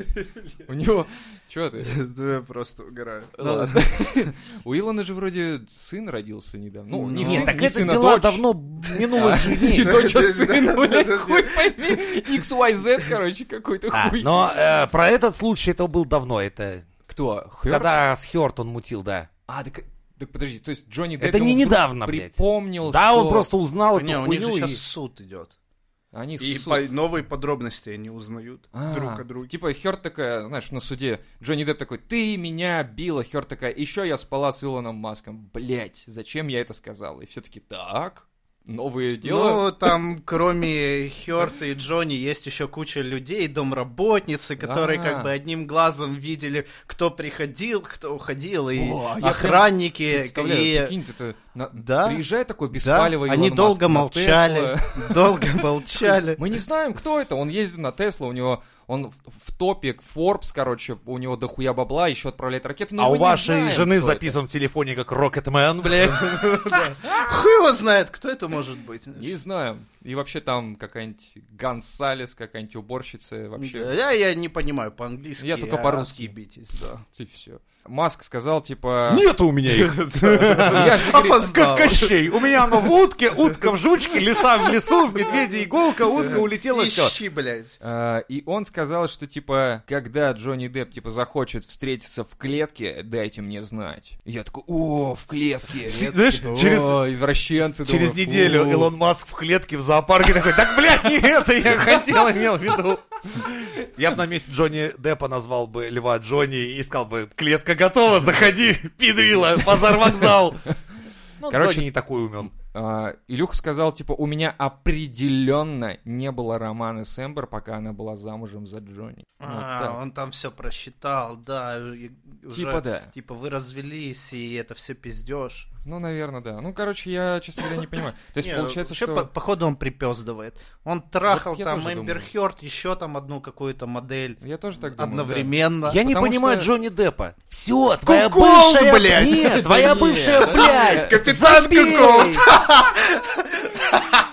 [SPEAKER 2] У него... Чё ты?
[SPEAKER 5] Да я просто угораю.
[SPEAKER 2] Ладно. У Илона же вроде сын родился недавно. Ну, не
[SPEAKER 5] Ну,
[SPEAKER 2] сын,
[SPEAKER 3] Нет, так
[SPEAKER 2] не
[SPEAKER 3] это
[SPEAKER 2] сын, а
[SPEAKER 3] дела
[SPEAKER 2] дочь.
[SPEAKER 3] давно минуло
[SPEAKER 2] Не
[SPEAKER 3] жизни.
[SPEAKER 2] дочь, а
[SPEAKER 5] Да, да,
[SPEAKER 2] сын, блядь,
[SPEAKER 5] да,
[SPEAKER 2] хуй пойми. XYZ, короче, какой-то
[SPEAKER 3] А,
[SPEAKER 2] хуй.
[SPEAKER 3] но э, про этот случай это был давно, это
[SPEAKER 2] Кто? Хёрд?
[SPEAKER 3] когда с Хёрд он мутил, да.
[SPEAKER 2] А, так, так подожди, то есть Джонни Депп
[SPEAKER 3] Это не
[SPEAKER 2] ему вдруг
[SPEAKER 3] недавно, блядь.
[SPEAKER 2] припомнил,
[SPEAKER 3] Да,
[SPEAKER 2] что
[SPEAKER 3] он просто узнал
[SPEAKER 5] Не,
[SPEAKER 3] эту
[SPEAKER 5] у них же
[SPEAKER 3] хуйню
[SPEAKER 5] сейчас
[SPEAKER 3] и...
[SPEAKER 5] суд идет.
[SPEAKER 2] они
[SPEAKER 5] И
[SPEAKER 2] суд-
[SPEAKER 5] по- новые подробности они узнают
[SPEAKER 2] А,
[SPEAKER 5] друг о друге.
[SPEAKER 2] Типа Хёрд такая, знаешь, на суде Джонни Депп такой, ты меня била, Хёрд такая, еще я спала с Илоном Маском. Блять, зачем я это сказал? И все таки так, новые дела.
[SPEAKER 5] Ну, там, кроме Хёрта и Джонни, есть еще куча людей, домработницы, которые
[SPEAKER 2] Да.
[SPEAKER 5] как бы одним глазом видели, кто приходил, кто уходил, и
[SPEAKER 2] О, а я прям
[SPEAKER 5] охранники,
[SPEAKER 2] Представляю,
[SPEAKER 5] и-
[SPEAKER 2] прикинь, это на-
[SPEAKER 5] Да.
[SPEAKER 2] приезжает такой без
[SPEAKER 5] Да,
[SPEAKER 2] палева
[SPEAKER 5] они
[SPEAKER 2] Илон
[SPEAKER 5] долго
[SPEAKER 2] Маск на
[SPEAKER 5] молчали,
[SPEAKER 2] Тесла.
[SPEAKER 5] долго молчали.
[SPEAKER 2] Мы не знаем, кто это. Он ездит на Тесла, у него он в, в топе Forbes, короче, у него дохуя бабла, еще отправляет ракеты. но
[SPEAKER 3] А
[SPEAKER 2] мы
[SPEAKER 3] у
[SPEAKER 2] ну, не
[SPEAKER 3] вашей
[SPEAKER 2] знаем,
[SPEAKER 3] жены
[SPEAKER 2] кто это.
[SPEAKER 3] записан в телефоне как Рокетмен, блядь.
[SPEAKER 5] Хуй его знает, кто это может быть.
[SPEAKER 2] Не знаю. И вообще там какая-нибудь Гонсалес, какая-нибудь уборщица, вообще
[SPEAKER 5] Я, я не понимаю по-английски.
[SPEAKER 2] Я только
[SPEAKER 5] а
[SPEAKER 2] по-русски.
[SPEAKER 5] отъебитесь, да.
[SPEAKER 2] и все. Маск сказал, типа...
[SPEAKER 3] Нет у меня их.
[SPEAKER 2] Я же, говорит,
[SPEAKER 5] Опоздал.
[SPEAKER 3] Кощей. У меня оно в утке, утка в жучке, лиса в лесу, в медведе иголка, утка улетела, все.
[SPEAKER 5] Ищи, блядь.
[SPEAKER 2] э, И он сказал, что, типа, когда Джонни Депп, типа, захочет встретиться в клетке, дайте мне знать. Я такой, о, в клетке.
[SPEAKER 3] С-
[SPEAKER 2] Я
[SPEAKER 3] знаешь,
[SPEAKER 2] такой,
[SPEAKER 3] через-
[SPEAKER 2] «О, извращенцы.
[SPEAKER 3] Через
[SPEAKER 2] думаю,
[SPEAKER 3] неделю
[SPEAKER 2] фу».
[SPEAKER 3] Илон Маск в клетке в зоопарке такой, так, блядь, не это я хотел, имел в виду. Я бы на месте Джонни Деппа назвал бы Льва Джонни и сказал бы, клетка готова, заходи, пидрила, базар вокзал. Ну,
[SPEAKER 2] Короче,
[SPEAKER 3] Джонни не такой умен.
[SPEAKER 2] А, Илюха сказал, типа, у меня определенно не было романа с Эмбер, пока она была замужем за Джонни. Вот так.
[SPEAKER 5] А, он там все просчитал, да. и уже,
[SPEAKER 2] Типа да.
[SPEAKER 5] Типа вы развелись, и это все пиздешь.
[SPEAKER 2] Ну, наверное, да. Ну, короче, я, честно говоря, не понимаю. То есть,
[SPEAKER 5] Не,
[SPEAKER 2] получается,
[SPEAKER 5] вообще,
[SPEAKER 2] что...
[SPEAKER 5] по- походу, он припездывает. Он трахал
[SPEAKER 2] Вот я
[SPEAKER 5] там
[SPEAKER 2] тоже
[SPEAKER 5] Эмбер
[SPEAKER 2] думаю.
[SPEAKER 5] Хёрд, еще там одну какую-то модель
[SPEAKER 2] Я тоже так думаю. да.
[SPEAKER 5] одновременно.
[SPEAKER 3] Я не
[SPEAKER 2] Потому
[SPEAKER 3] понимаю
[SPEAKER 2] что-
[SPEAKER 3] Джонни Деппа. Все, твоя
[SPEAKER 5] Кукол ты,
[SPEAKER 3] бывшая...
[SPEAKER 5] блядь!
[SPEAKER 3] Нет, твоя
[SPEAKER 2] Нет,
[SPEAKER 3] бывшая,
[SPEAKER 2] да.
[SPEAKER 3] блядь!
[SPEAKER 5] Капитан
[SPEAKER 3] забей!
[SPEAKER 5] Кукол.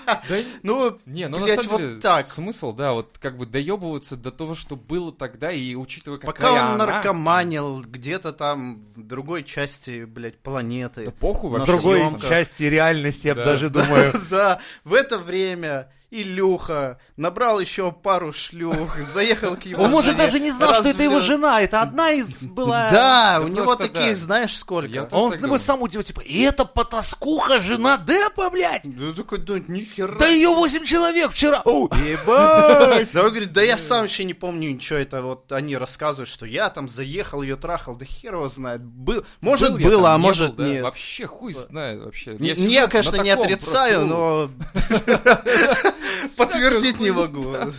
[SPEAKER 2] Да
[SPEAKER 5] Ну,
[SPEAKER 2] Не, ну
[SPEAKER 5] блядь,
[SPEAKER 2] на самом
[SPEAKER 5] вот
[SPEAKER 2] деле
[SPEAKER 5] так.
[SPEAKER 2] смысл, да, вот как бы доебываться до того, что было тогда, и учитывая, какая
[SPEAKER 5] Пока он
[SPEAKER 2] она-
[SPEAKER 5] наркоманил где-то там в другой части, блядь,
[SPEAKER 2] Да
[SPEAKER 5] планеты.
[SPEAKER 2] похуй
[SPEAKER 5] На
[SPEAKER 2] вообще.
[SPEAKER 5] другой
[SPEAKER 3] Другой
[SPEAKER 5] съемках.
[SPEAKER 3] части реальности, я
[SPEAKER 2] Да.
[SPEAKER 3] даже думаю.
[SPEAKER 5] Да, в это время Илюха, набрал еще пару шлюх, заехал к его
[SPEAKER 6] Он, может,
[SPEAKER 5] жене,
[SPEAKER 6] даже не знал, что это его
[SPEAKER 5] развел-
[SPEAKER 6] жена. Это одна из была...
[SPEAKER 5] Да,
[SPEAKER 2] Да
[SPEAKER 5] у него
[SPEAKER 2] просто
[SPEAKER 5] таких
[SPEAKER 2] да.
[SPEAKER 5] знаешь сколько.
[SPEAKER 2] Я
[SPEAKER 6] А Он
[SPEAKER 2] тоже так
[SPEAKER 6] ну,
[SPEAKER 2] думаю.
[SPEAKER 6] сам удивил, типа, и это потаскуха, жена Деппа, блядь?
[SPEAKER 5] Да такой, да нихера.
[SPEAKER 6] Да ее 8 человек вчера. О,
[SPEAKER 5] Да он говорит, да я сам вообще не помню ничего, это вот они рассказывают, что я там заехал, ее трахал, да хер его знает. Был, может
[SPEAKER 2] Был я
[SPEAKER 5] было,
[SPEAKER 2] там,
[SPEAKER 5] а
[SPEAKER 2] не
[SPEAKER 5] может
[SPEAKER 2] был, да?
[SPEAKER 5] нет.
[SPEAKER 2] Вообще хуй знает вообще.
[SPEAKER 5] Не-
[SPEAKER 2] Я
[SPEAKER 5] не,
[SPEAKER 2] сижу
[SPEAKER 5] я,
[SPEAKER 2] на
[SPEAKER 5] конечно, не
[SPEAKER 2] таком
[SPEAKER 5] отрецаю,
[SPEAKER 2] просто,
[SPEAKER 5] но
[SPEAKER 2] ну, всякую
[SPEAKER 5] подтвердить не
[SPEAKER 2] хуйню.
[SPEAKER 5] могу.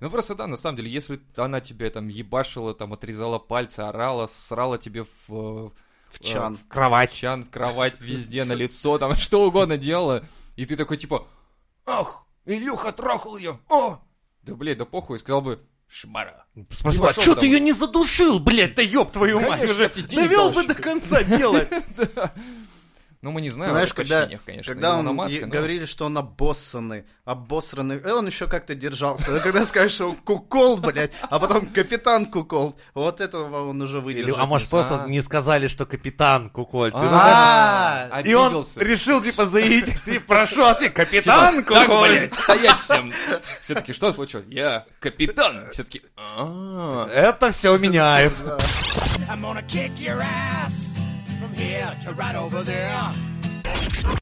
[SPEAKER 2] Ну просто да, на самом деле, если она тебе там ебашила, там отрезала пальцы, орала, срала тебе в... э,
[SPEAKER 5] В чан.
[SPEAKER 2] кровать. Чан, в кровать, везде, на лицо, там что угодно делала. И ты такой типа, ах, Илюха трахал ее, о! Да, блядь, да похуй, сказал бы, шмара.
[SPEAKER 6] а
[SPEAKER 2] пошел
[SPEAKER 6] чё ты
[SPEAKER 2] домой.
[SPEAKER 6] ее не задушил, блядь? Да ёб твою мать
[SPEAKER 2] Конечно,
[SPEAKER 6] уже.
[SPEAKER 2] я тебе денег
[SPEAKER 6] Довел
[SPEAKER 2] должен.
[SPEAKER 6] бы до конца дело.
[SPEAKER 2] Ну, мы не знаем,
[SPEAKER 5] Знаешь,
[SPEAKER 2] о
[SPEAKER 5] когда,
[SPEAKER 2] предпочтениях, конечно.
[SPEAKER 5] когда
[SPEAKER 2] Илона
[SPEAKER 5] он
[SPEAKER 2] Маска,
[SPEAKER 5] е-
[SPEAKER 2] но-
[SPEAKER 5] говорили, что он обоссанный, обосранный, и он еще как-то держался. А когда скажешь, что он кукол, блядь, а потом капитан кукол, вот этого он уже
[SPEAKER 3] Или-
[SPEAKER 5] выдержит.
[SPEAKER 3] а может просто
[SPEAKER 2] А.
[SPEAKER 3] не сказали, что капитан Куколь. ты
[SPEAKER 2] А,
[SPEAKER 3] знаешь, И он
[SPEAKER 2] обиделся. Типа,
[SPEAKER 3] решил, типа, заявить, и прошел, а ты капитан Куколь.
[SPEAKER 2] блядь, стоять всем. Все-таки, что случилось? Я капитан. Все-таки, а.
[SPEAKER 3] Это все меняет.
[SPEAKER 4] I'm gonna kick your ass from here to right over there.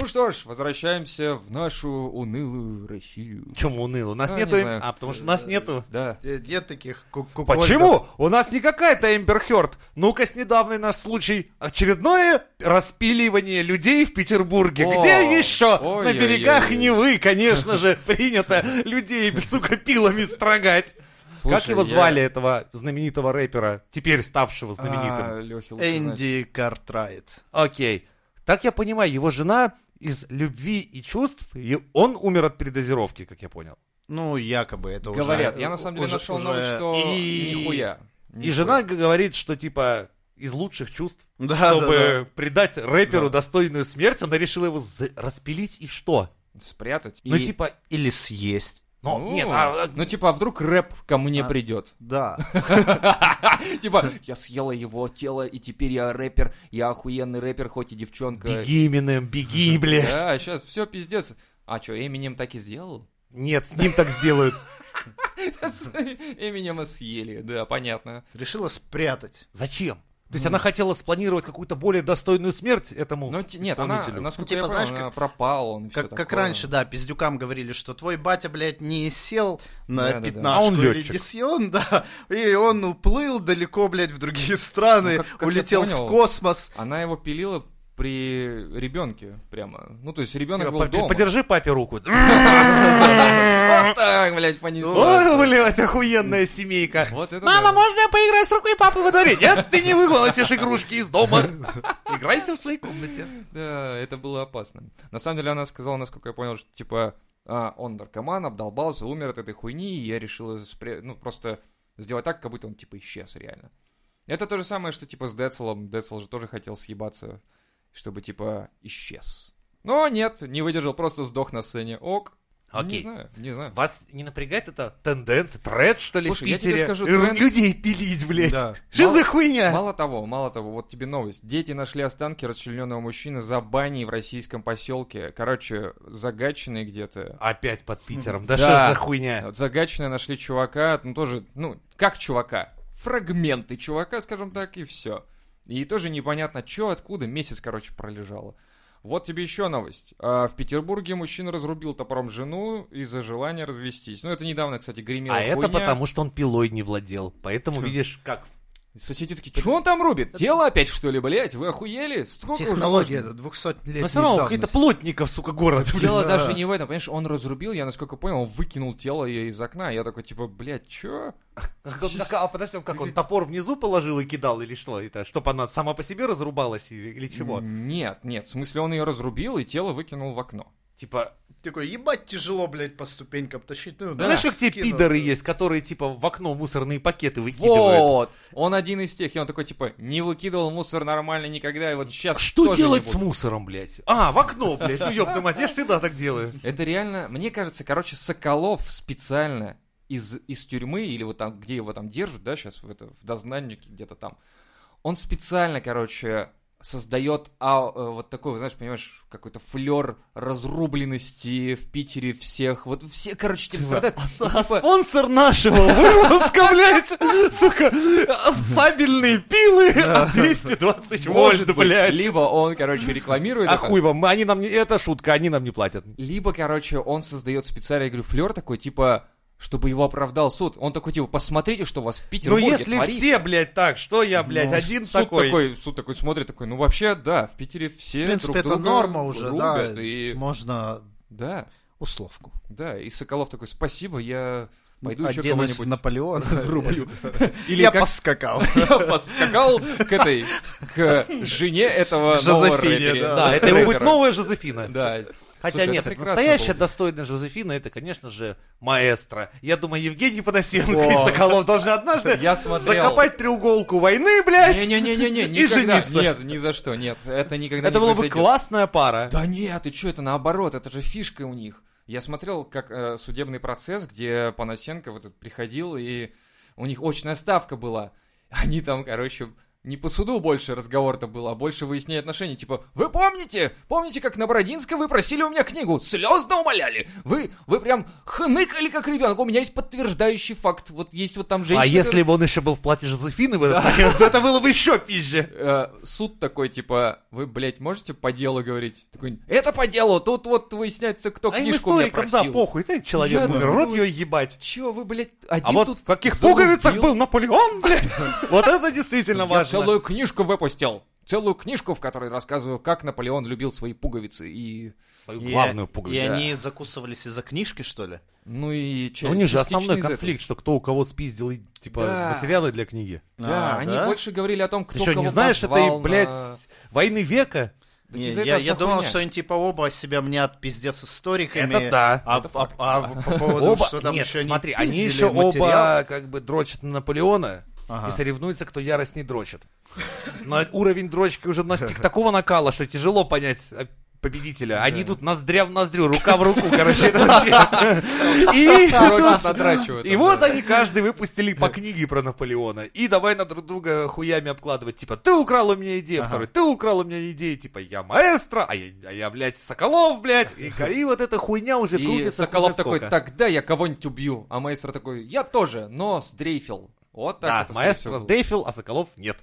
[SPEAKER 2] Ну что ж, возвращаемся в нашу унылую Россию.
[SPEAKER 3] Чему уныло? У нас
[SPEAKER 2] А,
[SPEAKER 3] нету...
[SPEAKER 2] не
[SPEAKER 3] им-
[SPEAKER 2] знаю.
[SPEAKER 3] А, потому что у нас нету...
[SPEAKER 2] Да.
[SPEAKER 5] Э, Нет таких ку- кукольдов.
[SPEAKER 3] Почему? У нас не какая-то Эмбер Хёрд. Ну-ка, с недавний наш случай. Очередное распиливание людей в Петербурге.
[SPEAKER 2] О,
[SPEAKER 3] Где еще? На
[SPEAKER 2] ой-ой-ой-ой.
[SPEAKER 3] берегах Невы, конечно же, принято людей, сука, пилами строгать.
[SPEAKER 2] Слушай,
[SPEAKER 3] как его
[SPEAKER 2] я-
[SPEAKER 3] звали, этого знаменитого рэпера, теперь ставшего знаменитым?
[SPEAKER 2] А, Лёхе лучше знать.
[SPEAKER 5] Энди Картрайт.
[SPEAKER 3] Окей. Так я понимаю, его жена из любви и чувств, и он умер от передозировки, как я понял.
[SPEAKER 5] Ну, якобы это уже...
[SPEAKER 2] Говорят, я на самом деле
[SPEAKER 5] уже-
[SPEAKER 2] нашел
[SPEAKER 5] уже-
[SPEAKER 2] новость, что
[SPEAKER 3] И-
[SPEAKER 2] нихуя.
[SPEAKER 3] И жена г- говорит, что типа из лучших чувств
[SPEAKER 5] Да,
[SPEAKER 3] чтобы
[SPEAKER 5] да, да.
[SPEAKER 3] придать рэперу достойную смерть, она решила его за- распилить и что?
[SPEAKER 2] Спрятать.
[SPEAKER 3] Ну,
[SPEAKER 2] И-
[SPEAKER 3] типа,
[SPEAKER 5] Или съесть.
[SPEAKER 3] ну,
[SPEAKER 2] Ну,
[SPEAKER 3] нет, а, а,
[SPEAKER 2] ну типа, а вдруг рэп ко мне
[SPEAKER 5] А.
[SPEAKER 2] придет?
[SPEAKER 5] Да.
[SPEAKER 2] Типа, я съела его тело, и теперь я рэпер, я охуенный рэпер, хоть и девчонка.
[SPEAKER 3] беги, Минем, беги, блядь.
[SPEAKER 2] Да, сейчас все пиздец. А что, Эминем так и сделал?
[SPEAKER 3] Нет, с ним так сделают.
[SPEAKER 2] Эминема съели, да, понятно.
[SPEAKER 5] Решила спрятать.
[SPEAKER 3] Зачем? То есть она хотела спланировать какую-то более достойную смерть этому
[SPEAKER 2] Но Ну, т- нет, она,
[SPEAKER 3] Ну, исполнителю.
[SPEAKER 2] насколько
[SPEAKER 5] Типа,
[SPEAKER 2] я понял,
[SPEAKER 5] знаешь,
[SPEAKER 2] она
[SPEAKER 5] как-
[SPEAKER 2] пропала, он и всё
[SPEAKER 5] Как, как
[SPEAKER 2] такое.
[SPEAKER 5] раньше, да, пиздюкам говорили, что твой батя, блядь, не сел на
[SPEAKER 2] Да-да-да.
[SPEAKER 5] 15
[SPEAKER 3] А он
[SPEAKER 5] или
[SPEAKER 3] лётчик.
[SPEAKER 5] не сел, да, и он уплыл далеко, блядь, в другие страны,
[SPEAKER 2] Ну, как- как я
[SPEAKER 5] улетел
[SPEAKER 2] понял,
[SPEAKER 5] в космос.
[SPEAKER 2] Она его пилила при ребенке прямо. Ну, то есть ребенок
[SPEAKER 3] Типа,
[SPEAKER 2] был
[SPEAKER 3] по-
[SPEAKER 2] дома.
[SPEAKER 3] Подержи папе руку.
[SPEAKER 2] Вот так, блядь, понесло.
[SPEAKER 3] Ой, блядь, охуенная семейка.
[SPEAKER 2] Вот это
[SPEAKER 6] Мама,
[SPEAKER 2] да.
[SPEAKER 6] можно я поиграю с рукой папы во дворе?
[SPEAKER 3] Нет, ты не выносишь игрушки из дома. Играйся в своей комнате.
[SPEAKER 2] Да, это было опасно. На самом деле она сказала, насколько я понял, что типа а, он наркоман, обдолбался, умер от этой хуйни, и я решила спря- ну, просто сделать так, как будто он типа исчез реально. Это то же самое, что типа с Децелом. Децел же тоже хотел съебаться, чтобы типа исчез. Но нет, не выдержал, просто сдох на сцене. Ок. Не
[SPEAKER 3] Окей.
[SPEAKER 2] знаю, не знаю.
[SPEAKER 3] Вас не напрягает эта тенденция, тред, что ли,
[SPEAKER 2] Слушай,
[SPEAKER 3] в
[SPEAKER 2] я тебе
[SPEAKER 3] Питере?
[SPEAKER 2] скажу,
[SPEAKER 3] Р-
[SPEAKER 2] тренд-
[SPEAKER 3] Людей пилить, блядь.
[SPEAKER 5] Да.
[SPEAKER 3] Что
[SPEAKER 2] Мало-
[SPEAKER 3] за хуйня?
[SPEAKER 2] Мало того, мало того, вот тебе новость. Дети нашли останки расчлененного мужчины за баней в российском поселке. Короче, загаченные где-то.
[SPEAKER 3] Опять под Питером. Да
[SPEAKER 2] Да.
[SPEAKER 3] что ж за хуйня?
[SPEAKER 2] Вот Загаченные нашли чувака, ну тоже, ну, как чувака? Фрагменты чувака, скажем так, и все. И тоже непонятно, что, откуда, месяц, короче, пролежало. Вот тебе еще новость. А, В Петербурге мужчина разрубил топором жену из-за желания развестись. Ну, это недавно, кстати, гремело
[SPEAKER 3] А это
[SPEAKER 2] хуйня.
[SPEAKER 3] потому, что он пилой не владел. Поэтому, видишь, как...
[SPEAKER 2] Соседи такие, что он там рубит? Тело опять, что ли, блядь? Вы охуели? Сколько уже
[SPEAKER 5] Технология
[SPEAKER 2] можно?»
[SPEAKER 5] это 200 лет
[SPEAKER 3] Но все равно, какие-то плотников, сука, город. блядь.
[SPEAKER 2] Дело
[SPEAKER 5] Да.
[SPEAKER 2] даже не в этом, понимаешь, он разрубил, я насколько понял, он выкинул тело ее из окна. Я такой, типа, блядь, чё?
[SPEAKER 3] Как он- как- А подожди, он как он топор внизу положил и кидал или что? Это чтобы она сама по себе разрубалась или, или чего?
[SPEAKER 2] Нет, нет, в смысле, он ее разрубил и тело выкинул в окно.
[SPEAKER 3] Типа,
[SPEAKER 5] Такой, ебать, тяжело, блядь, по ступенькам тащить. Ну,
[SPEAKER 3] знаешь, как те
[SPEAKER 5] скинул.
[SPEAKER 3] пидоры есть, которые типа в окно мусорные пакеты выкидывают?
[SPEAKER 2] Вот! Он один из тех, и он такой, типа, не выкидывал мусор нормально никогда, и вот сейчас
[SPEAKER 3] Что
[SPEAKER 2] тоже не
[SPEAKER 3] делать с
[SPEAKER 2] буду».
[SPEAKER 3] мусором, блядь? А, в окно, блядь. Ну, ёб твою мать, я ж всегда так делаю.
[SPEAKER 2] Это реально, мне кажется, короче, Соколов специально из, из тюрьмы, или вот там, где его там держат, да, сейчас в, это, в дознаннике где-то там, он специально, короче, создает а, э, вот такой, вот, знаешь, понимаешь, какой-то флер разрубленности в Питере всех. Вот все, короче, типа, страдают. И,
[SPEAKER 6] А
[SPEAKER 2] типа,
[SPEAKER 6] спонсор нашего выпуска, блядь, сука, сабельные пилы
[SPEAKER 3] а
[SPEAKER 6] от 220
[SPEAKER 2] может
[SPEAKER 6] вольт,
[SPEAKER 2] быть,
[SPEAKER 6] блядь.
[SPEAKER 2] либо он, короче, рекламирует
[SPEAKER 3] А
[SPEAKER 2] это,
[SPEAKER 3] хуй вам, они нам не... Это шутка, они нам не платят.
[SPEAKER 2] Либо, короче, он создает специально, я говорю, флер такой, типа, чтобы его оправдал суд. Он такой, типа, посмотрите, что у вас в
[SPEAKER 3] Ну
[SPEAKER 2] Петербурге
[SPEAKER 3] если
[SPEAKER 2] творится.
[SPEAKER 3] все, блядь, так, что я, блядь,
[SPEAKER 2] Ну,
[SPEAKER 3] один
[SPEAKER 2] суд
[SPEAKER 3] такой?
[SPEAKER 2] Суд такой смотрит, такой, ну вообще, да, в Питере все
[SPEAKER 5] В принципе,
[SPEAKER 2] друг
[SPEAKER 5] это
[SPEAKER 2] друга
[SPEAKER 5] норма уже, да.
[SPEAKER 2] рубят, и...
[SPEAKER 5] Можно
[SPEAKER 2] Да,
[SPEAKER 5] условку.
[SPEAKER 2] да, и Соколов такой, спасибо, я пойду еще
[SPEAKER 5] Оденусь в
[SPEAKER 2] кого-нибудь
[SPEAKER 5] Наполеон.
[SPEAKER 2] разрублю. Или
[SPEAKER 5] Я
[SPEAKER 2] как
[SPEAKER 5] поскакал.
[SPEAKER 2] я поскакал к этой, к жене этого нового
[SPEAKER 5] Жозефине,
[SPEAKER 2] рэпера.
[SPEAKER 5] да.
[SPEAKER 3] Да, это
[SPEAKER 2] Рэпера.
[SPEAKER 3] будет новая Жозефина.
[SPEAKER 2] Да.
[SPEAKER 3] Хотя
[SPEAKER 2] Слушай, это
[SPEAKER 3] нет,
[SPEAKER 2] прекрасно
[SPEAKER 3] настоящая
[SPEAKER 2] было бы.
[SPEAKER 3] достойная Жозефина это, конечно же, маэстро. Я думаю, Евгений Панасенко
[SPEAKER 2] О.
[SPEAKER 3] и Соколов должны однажды
[SPEAKER 2] Я смотрел.
[SPEAKER 3] закопать треуголку войны, блядь.
[SPEAKER 2] Не-не-не-не,
[SPEAKER 3] И
[SPEAKER 2] никогда.
[SPEAKER 3] жениться.
[SPEAKER 2] Нет, ни за что, нет. Это никогда
[SPEAKER 3] Это
[SPEAKER 2] не
[SPEAKER 3] была бы
[SPEAKER 2] произойдет.
[SPEAKER 3] классная пара.
[SPEAKER 2] Да нет, ты что, это наоборот, это же фишка у них. Я смотрел, как э, судебный процесс, где Панасенко вот этот приходил, и у них очная ставка была. Они там, короче, не по суду больше разговор-то был, а больше выяснение отношений. Типа, вы помните? Помните, как на Бородинской вы просили у меня книгу? Слезно умоляли. Вы, вы прям хныкали, как ребенок. У меня есть подтверждающий факт. Вот есть вот там женщина.
[SPEAKER 3] А если
[SPEAKER 2] которая-
[SPEAKER 3] бы он еще был в платье Жозефины в этот момент, то это было бы еще пизже.
[SPEAKER 2] Э, суд такой, типа, вы, блядь, можете по делу говорить? Такой, это по делу, тут вот выясняется, кто
[SPEAKER 3] А им
[SPEAKER 2] книжку у меня
[SPEAKER 3] историкам, да,
[SPEAKER 2] просил.
[SPEAKER 3] похуй, ты человек,
[SPEAKER 2] Я
[SPEAKER 3] умер,
[SPEAKER 2] думаю,
[SPEAKER 3] рот
[SPEAKER 2] ну,
[SPEAKER 3] ее ебать.
[SPEAKER 2] Чё вы, блядь, один
[SPEAKER 3] А вот
[SPEAKER 2] тут
[SPEAKER 3] в каких
[SPEAKER 2] зарубил?
[SPEAKER 3] пуговицах был Наполеон, блядь? Вот это действительно
[SPEAKER 2] Я
[SPEAKER 3] важно.
[SPEAKER 2] целую книжку выпустил. Целую книжку, в которой рассказываю, как Наполеон любил свои пуговицы и...
[SPEAKER 3] Свою
[SPEAKER 5] И- И
[SPEAKER 3] да.
[SPEAKER 5] они закусывались из-за книжки, что ли?
[SPEAKER 2] Ну и... ча-
[SPEAKER 3] У них же
[SPEAKER 2] частично
[SPEAKER 3] основной
[SPEAKER 2] из этого.
[SPEAKER 3] конфликт, что кто у кого спиздил и, типа
[SPEAKER 2] Да.
[SPEAKER 3] материалы для книги.
[SPEAKER 2] Да,
[SPEAKER 5] А,
[SPEAKER 2] они
[SPEAKER 5] да?
[SPEAKER 2] больше говорили о том, кто
[SPEAKER 3] Ты что,
[SPEAKER 2] кого
[SPEAKER 3] не знаешь
[SPEAKER 2] позвал
[SPEAKER 3] этой,
[SPEAKER 2] на-
[SPEAKER 3] блядь, войны века?
[SPEAKER 2] Да
[SPEAKER 5] Не,
[SPEAKER 2] из-за
[SPEAKER 5] я,
[SPEAKER 2] этого
[SPEAKER 5] я
[SPEAKER 2] вся
[SPEAKER 5] думал,
[SPEAKER 2] хуйня.
[SPEAKER 5] что они типа оба себя мнят пиздец историками.
[SPEAKER 3] Это да.
[SPEAKER 5] А,
[SPEAKER 2] Это
[SPEAKER 5] а-
[SPEAKER 2] факт,
[SPEAKER 5] а
[SPEAKER 2] да.
[SPEAKER 5] в- по поводу, что там
[SPEAKER 3] нет,
[SPEAKER 5] еще
[SPEAKER 3] смотри,
[SPEAKER 5] не
[SPEAKER 3] они
[SPEAKER 5] пиздили
[SPEAKER 3] еще
[SPEAKER 5] материал.
[SPEAKER 3] оба как бы дрочат на Наполеона
[SPEAKER 5] Ага.
[SPEAKER 3] и соревнуются, кто яростней дрочит. Но уровень дрочки уже настиг такого накала, что тяжело понять а, победителя. Они идут ноздря в ноздрю, рука в руку, короче, это вообще. И
[SPEAKER 2] Короче,
[SPEAKER 3] тут-
[SPEAKER 2] надрачивают.
[SPEAKER 3] ну, И
[SPEAKER 2] там,
[SPEAKER 3] вот
[SPEAKER 2] да.
[SPEAKER 3] они каждый выпустили по книге про Наполеона. И давай на друг друга хуями обкладывать. Типа, ты украл у меня идею, второй, ты украл у меня идею. Типа, я маэстро, а я, а я, блядь, Соколов, блядь. И, и вот эта хуйня уже
[SPEAKER 2] И
[SPEAKER 3] крутится.
[SPEAKER 2] Соколов
[SPEAKER 3] хуй
[SPEAKER 2] такой,
[SPEAKER 3] насколько.
[SPEAKER 2] тогда я кого-нибудь убью. А Маэстро такой, я тоже, но сдрейфил. Вот так
[SPEAKER 3] Да,
[SPEAKER 2] это, скорее
[SPEAKER 3] маэстро
[SPEAKER 2] всего, было.
[SPEAKER 3] Дейфил, а Соколов нет.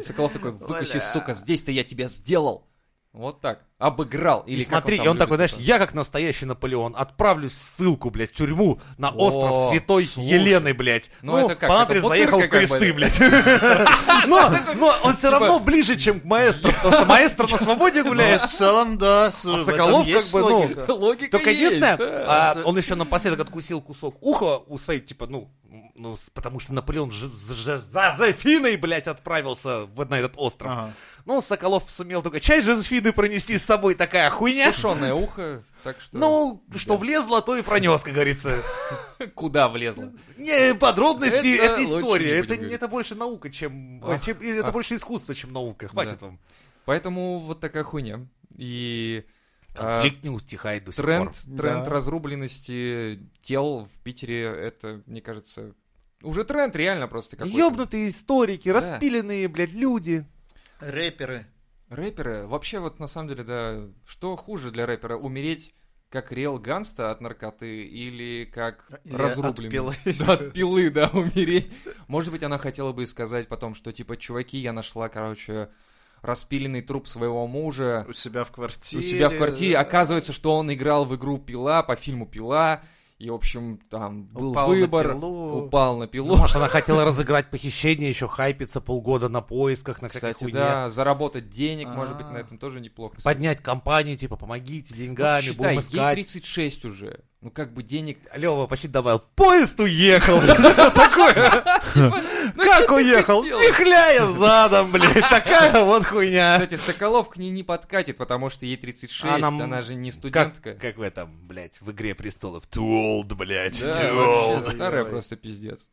[SPEAKER 2] И Соколов такой, выкуси, сука, здесь-то я тебя сделал. Вот так. Обыграл. Или
[SPEAKER 3] и
[SPEAKER 2] как
[SPEAKER 3] смотри,
[SPEAKER 2] там
[SPEAKER 3] и он
[SPEAKER 2] любит
[SPEAKER 3] такой, знаешь,
[SPEAKER 2] это?
[SPEAKER 3] я как настоящий Наполеон отправлюсь в ссылку, блядь, в тюрьму на остров
[SPEAKER 2] О,
[SPEAKER 3] Святой
[SPEAKER 2] слушай.
[SPEAKER 3] Елены, блядь.
[SPEAKER 2] Ну, это как,
[SPEAKER 3] Панатри
[SPEAKER 2] это
[SPEAKER 3] заехал в
[SPEAKER 2] бутырка Ну, как бы,
[SPEAKER 3] кресты,
[SPEAKER 2] да?
[SPEAKER 3] блядь. Но но он все
[SPEAKER 2] типа,
[SPEAKER 3] равно ближе, чем к маэстро, потому что маэстро на свободе
[SPEAKER 5] Ну,
[SPEAKER 3] гуляет.
[SPEAKER 5] в целом, да, с-
[SPEAKER 3] А
[SPEAKER 5] в этом
[SPEAKER 3] Соколов как
[SPEAKER 5] есть
[SPEAKER 3] бы, ну,
[SPEAKER 5] логика.
[SPEAKER 2] Логика
[SPEAKER 3] Только
[SPEAKER 2] есть,
[SPEAKER 3] единственное,
[SPEAKER 2] да.
[SPEAKER 3] а, он еще напоследок откусил кусок уха у своей, типа, ну, м, ну, с- потому что Наполеон же, же- же- за Жозефиной, блядь, отправился в- на этот
[SPEAKER 2] А.
[SPEAKER 3] остров.
[SPEAKER 5] Ага.
[SPEAKER 3] Ну, Соколов сумел только часть Жозефины пронести с собой, такая хуйня.
[SPEAKER 2] Сушеное ухо, так что...
[SPEAKER 3] Ну, что влезло, то и пронес, как говорится.
[SPEAKER 2] куда влезло?
[SPEAKER 3] Не, подробности,
[SPEAKER 2] Это
[SPEAKER 3] это,
[SPEAKER 2] лучше
[SPEAKER 3] история.
[SPEAKER 2] не
[SPEAKER 3] Это,
[SPEAKER 2] будем
[SPEAKER 3] это больше наука, чем... э,
[SPEAKER 2] А.
[SPEAKER 3] чем- это
[SPEAKER 2] А.
[SPEAKER 3] больше искусство, чем наука. Хватит вам.
[SPEAKER 2] Поэтому вот такая хуйня. И а,
[SPEAKER 3] Конфликт не утихает до сих
[SPEAKER 2] тренд,
[SPEAKER 3] пор.
[SPEAKER 2] тренд
[SPEAKER 5] Да.
[SPEAKER 2] разрубленности тел в Питере, это, мне кажется, уже тренд реально просто какой-то.
[SPEAKER 3] Ёбнутые историки,
[SPEAKER 2] Да.
[SPEAKER 3] распиленные, блядь, люди.
[SPEAKER 5] Рэперы.
[SPEAKER 2] Рэперы, вообще вот на самом деле, да, что хуже для рэпера, умереть как Риэл Ганста от наркоты или как
[SPEAKER 5] Или
[SPEAKER 2] разрубленный?
[SPEAKER 5] от пилы.
[SPEAKER 2] Да, от пилы, да, умереть. Может быть, она хотела бы сказать потом, что типа, чуваки, я нашла, короче, распиленный труп своего мужа
[SPEAKER 5] У себя в квартире.
[SPEAKER 2] у себя в квартире. а Оказывается, что он играл в игру «Пила», по фильму «Пила», и, в общем, там был
[SPEAKER 5] Упал на
[SPEAKER 2] выбор,
[SPEAKER 5] пилу.
[SPEAKER 2] упал на пилу.
[SPEAKER 3] Может, Ну, она хотела разыграть похищение, еще хайпиться полгода на поисках, на всякой
[SPEAKER 2] Кстати,
[SPEAKER 3] хуйне.
[SPEAKER 2] да, заработать денег, может быть, на
[SPEAKER 5] А.
[SPEAKER 2] этом тоже неплохо. кстати.
[SPEAKER 3] Поднять компанию, типа, помогите
[SPEAKER 2] Ну,
[SPEAKER 3] деньгами,
[SPEAKER 2] считай,
[SPEAKER 3] будем
[SPEAKER 2] ей
[SPEAKER 3] искать.
[SPEAKER 2] 36 уже. Ну, как бы денег...
[SPEAKER 3] Лева почти добавил, поезд уехал, блядь, это такое,
[SPEAKER 2] Ну, чё
[SPEAKER 3] как
[SPEAKER 2] ты
[SPEAKER 3] уехал,
[SPEAKER 2] хотела?
[SPEAKER 3] вихляя задом, блядь, такая вот хуйня.
[SPEAKER 2] Кстати, Соколов к ней не подкатит, потому что ей 36,
[SPEAKER 3] Она
[SPEAKER 2] она,
[SPEAKER 3] м-
[SPEAKER 2] же не
[SPEAKER 3] Как,
[SPEAKER 2] студентка.
[SPEAKER 3] как в этом, блядь, в «Игре престолов», too old, блядь,
[SPEAKER 2] Да,
[SPEAKER 3] too
[SPEAKER 2] вообще,
[SPEAKER 3] old.
[SPEAKER 2] старая просто пиздец.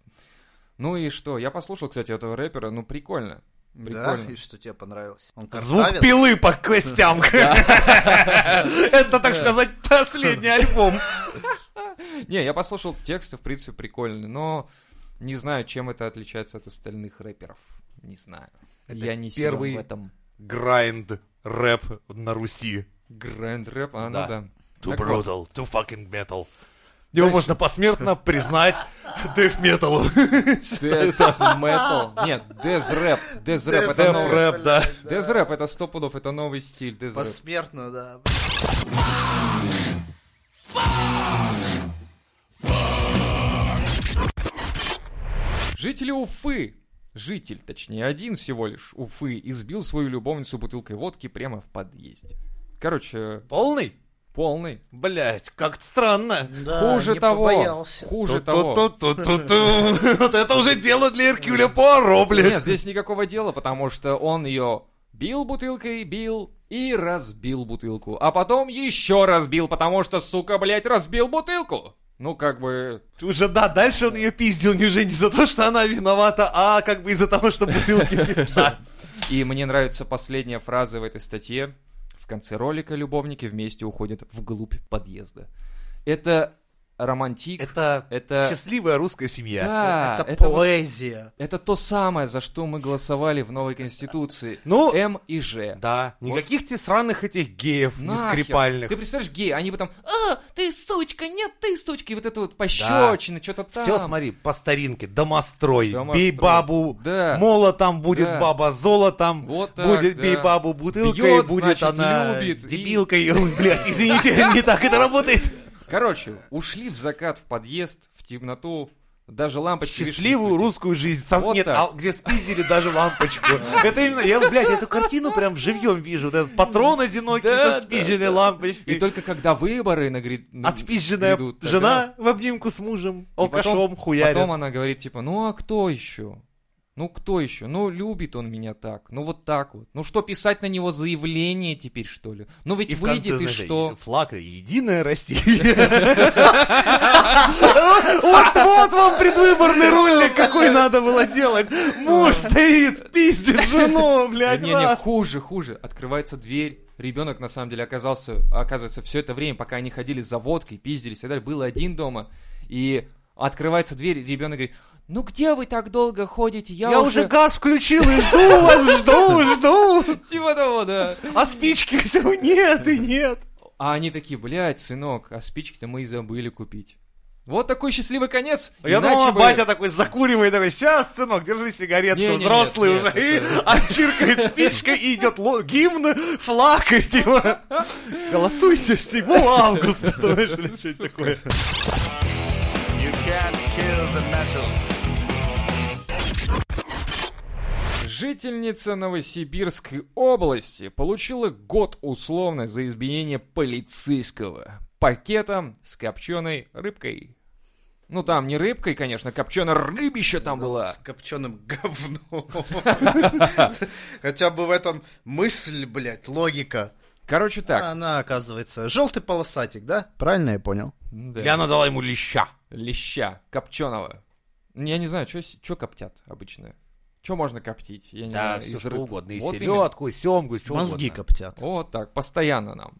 [SPEAKER 2] Ну и что? Я послушал, кстати, этого рэпера, ну прикольно.
[SPEAKER 5] Да,
[SPEAKER 2] Прикольно.
[SPEAKER 5] и что тебе понравилось? Он
[SPEAKER 3] Звук
[SPEAKER 5] картавец?
[SPEAKER 3] пилы по костям. Это, так сказать, последний альбом.
[SPEAKER 2] Не, я послушал тексты, в принципе, прикольные, но не знаю, чем это отличается от остальных рэперов. Не знаю. Я не
[SPEAKER 3] первый-
[SPEAKER 2] силен в этом.
[SPEAKER 3] Грайнд рэп на Руси.
[SPEAKER 2] Гранд рэп, а ну
[SPEAKER 3] Да.
[SPEAKER 2] да.
[SPEAKER 3] Too
[SPEAKER 2] Так вот,
[SPEAKER 3] brutal, too fucking metal. Его можно посмертно признать дэф металу.
[SPEAKER 2] Death metal. Нет, death рэп. Death рэп это
[SPEAKER 3] Дэф
[SPEAKER 5] ну,
[SPEAKER 2] новый.
[SPEAKER 3] рэп, да.
[SPEAKER 2] Death рэп это сто пудов, это новый стиль. Death рэп.
[SPEAKER 5] Посмертно, да.
[SPEAKER 2] Жители Уфы, житель, точнее, один всего лишь Уфы, избил свою любовницу бутылкой водки прямо в подъезде. Короче,
[SPEAKER 3] Полный?
[SPEAKER 2] полный.
[SPEAKER 3] Блять, как-то странно.
[SPEAKER 5] Да,
[SPEAKER 2] хуже
[SPEAKER 5] А, не
[SPEAKER 2] того.
[SPEAKER 5] побоялся.
[SPEAKER 2] Хуже того.
[SPEAKER 3] Ту-ту-ту-ту-ту. Вот это уже дело для Эркюля Пуаро,
[SPEAKER 2] Нет,
[SPEAKER 3] блядь.
[SPEAKER 2] здесь никакого дела, потому что он ее бил бутылкой, бил и разбил бутылку. А потом еще разбил, потому что, сука, блядь, разбил бутылку. Ну, как бы...
[SPEAKER 3] Уже да, дальше он ее пиздил не уже не за то, что она виновата, а как бы из-за того, что бутылки пизда.
[SPEAKER 2] И мне нравится последняя фраза в этой статье. В конце ролика любовники вместе уходят вглубь подъезда. Это романтик.
[SPEAKER 3] Это
[SPEAKER 2] Это...
[SPEAKER 3] счастливая русская семья.
[SPEAKER 2] Да,
[SPEAKER 5] это,
[SPEAKER 2] это, вот-
[SPEAKER 5] поэзия.
[SPEAKER 2] это то самое, за что мы голосовали в новой конституции.
[SPEAKER 3] Ну,
[SPEAKER 2] М и Ж.
[SPEAKER 3] Да, никаких те сраных этих геев не
[SPEAKER 2] Нахер.
[SPEAKER 3] скрипальных.
[SPEAKER 2] Ты представляешь, геи, они бы там, а, ты сучка, нет, ты сучка, и вот это вот пощечина, что-то там.
[SPEAKER 3] Все, смотри, по старинке, домострой, бей
[SPEAKER 2] Домострой.
[SPEAKER 3] бабу,
[SPEAKER 2] Да.
[SPEAKER 3] молотом будет
[SPEAKER 2] Да.
[SPEAKER 3] баба золотом,
[SPEAKER 2] Вот так,
[SPEAKER 3] будет бей
[SPEAKER 2] да.
[SPEAKER 3] бабу бутылкой,
[SPEAKER 2] Бьет,
[SPEAKER 3] будет
[SPEAKER 2] значит,
[SPEAKER 3] она
[SPEAKER 2] любит, и-
[SPEAKER 3] дебилкой. Ой, блядь, извините, не так это работает.
[SPEAKER 2] Короче, ушли в закат, в подъезд, в темноту, даже лампочки
[SPEAKER 3] Счастливую
[SPEAKER 2] вешали.
[SPEAKER 3] русскую жизнь. Со-
[SPEAKER 2] Вот
[SPEAKER 3] Нет,
[SPEAKER 2] так.
[SPEAKER 3] а где спиздили даже лампочку. Это именно, я, блядь, эту картину прям живьем вижу. Вот этот патрон одинокий
[SPEAKER 2] Да,
[SPEAKER 3] со спизженной лампочкой.
[SPEAKER 2] И только когда выборы нагряд... на-
[SPEAKER 3] Отпизженная
[SPEAKER 2] грядут, тогда-
[SPEAKER 3] жена в обнимку с мужем,
[SPEAKER 2] И потом-
[SPEAKER 3] алкашом хуярит.
[SPEAKER 2] Потом она говорит, типа, ну а кто еще? Ну кто еще? Ну любит он меня так. Ну вот так вот. Ну что, писать на него заявление теперь, что ли? Ну ведь
[SPEAKER 3] И в конце,
[SPEAKER 2] выйдет и
[SPEAKER 3] знаешь,
[SPEAKER 2] что?
[SPEAKER 3] и Флаг единое Россия. Вот вот вам предвыборный ролик, какой надо было делать. Муж стоит, пиздит жену, блядь,
[SPEAKER 2] Э, Не, не,
[SPEAKER 3] раз.
[SPEAKER 2] хуже, хуже. Открывается дверь. Ребенок, на самом деле, оказался, оказывается, все это время, пока они ходили за водкой, пиздились и так далее, был один дома. И открывается дверь, и ребенок говорит, ну где вы так долго ходите? Я,
[SPEAKER 3] Я уже газ включил и жду вас, жду, жду.
[SPEAKER 2] Типа того, да.
[SPEAKER 3] А спички все нет и нет.
[SPEAKER 2] А они такие, блядь, сынок, а спички-то мы и забыли купить. Вот такой счастливый конец.
[SPEAKER 3] Я
[SPEAKER 2] Иначе
[SPEAKER 3] думал,
[SPEAKER 2] бы-
[SPEAKER 3] батя такой закуривает, такой, сейчас, сынок, держи сигаретку,
[SPEAKER 2] Не-не-не,
[SPEAKER 3] взрослый
[SPEAKER 2] нет,
[SPEAKER 3] уже, и
[SPEAKER 2] это-
[SPEAKER 3] отчиркает спичкой, и идет ло- гимн, флаг, и типа, голосуйте всего августа, знаешь, или что-нибудь такое.
[SPEAKER 2] Жительница Новосибирской области получила год условно за избиение полицейского пакетом с копченой рыбкой. Ну там не рыбкой, конечно, копченая рыбища там была.
[SPEAKER 5] С копченым говном. Хотя бы в этом мысль, блядь, логика.
[SPEAKER 2] Короче
[SPEAKER 5] А
[SPEAKER 2] так.
[SPEAKER 5] Она, оказывается, желтый полосатик, да? Правильно я понял?
[SPEAKER 2] Да.
[SPEAKER 3] она дала ему леща.
[SPEAKER 2] Леща копченого. Я не знаю, что коптят обычно. Что можно коптить? Я не
[SPEAKER 6] Да,
[SPEAKER 2] знаю,
[SPEAKER 6] все
[SPEAKER 2] из
[SPEAKER 6] что
[SPEAKER 2] рыб.
[SPEAKER 6] угодно. И
[SPEAKER 2] Вот именно.
[SPEAKER 6] селедку, и семгу, что
[SPEAKER 5] Мозги
[SPEAKER 6] угодно.
[SPEAKER 5] коптят.
[SPEAKER 2] Вот так, постоянно нам.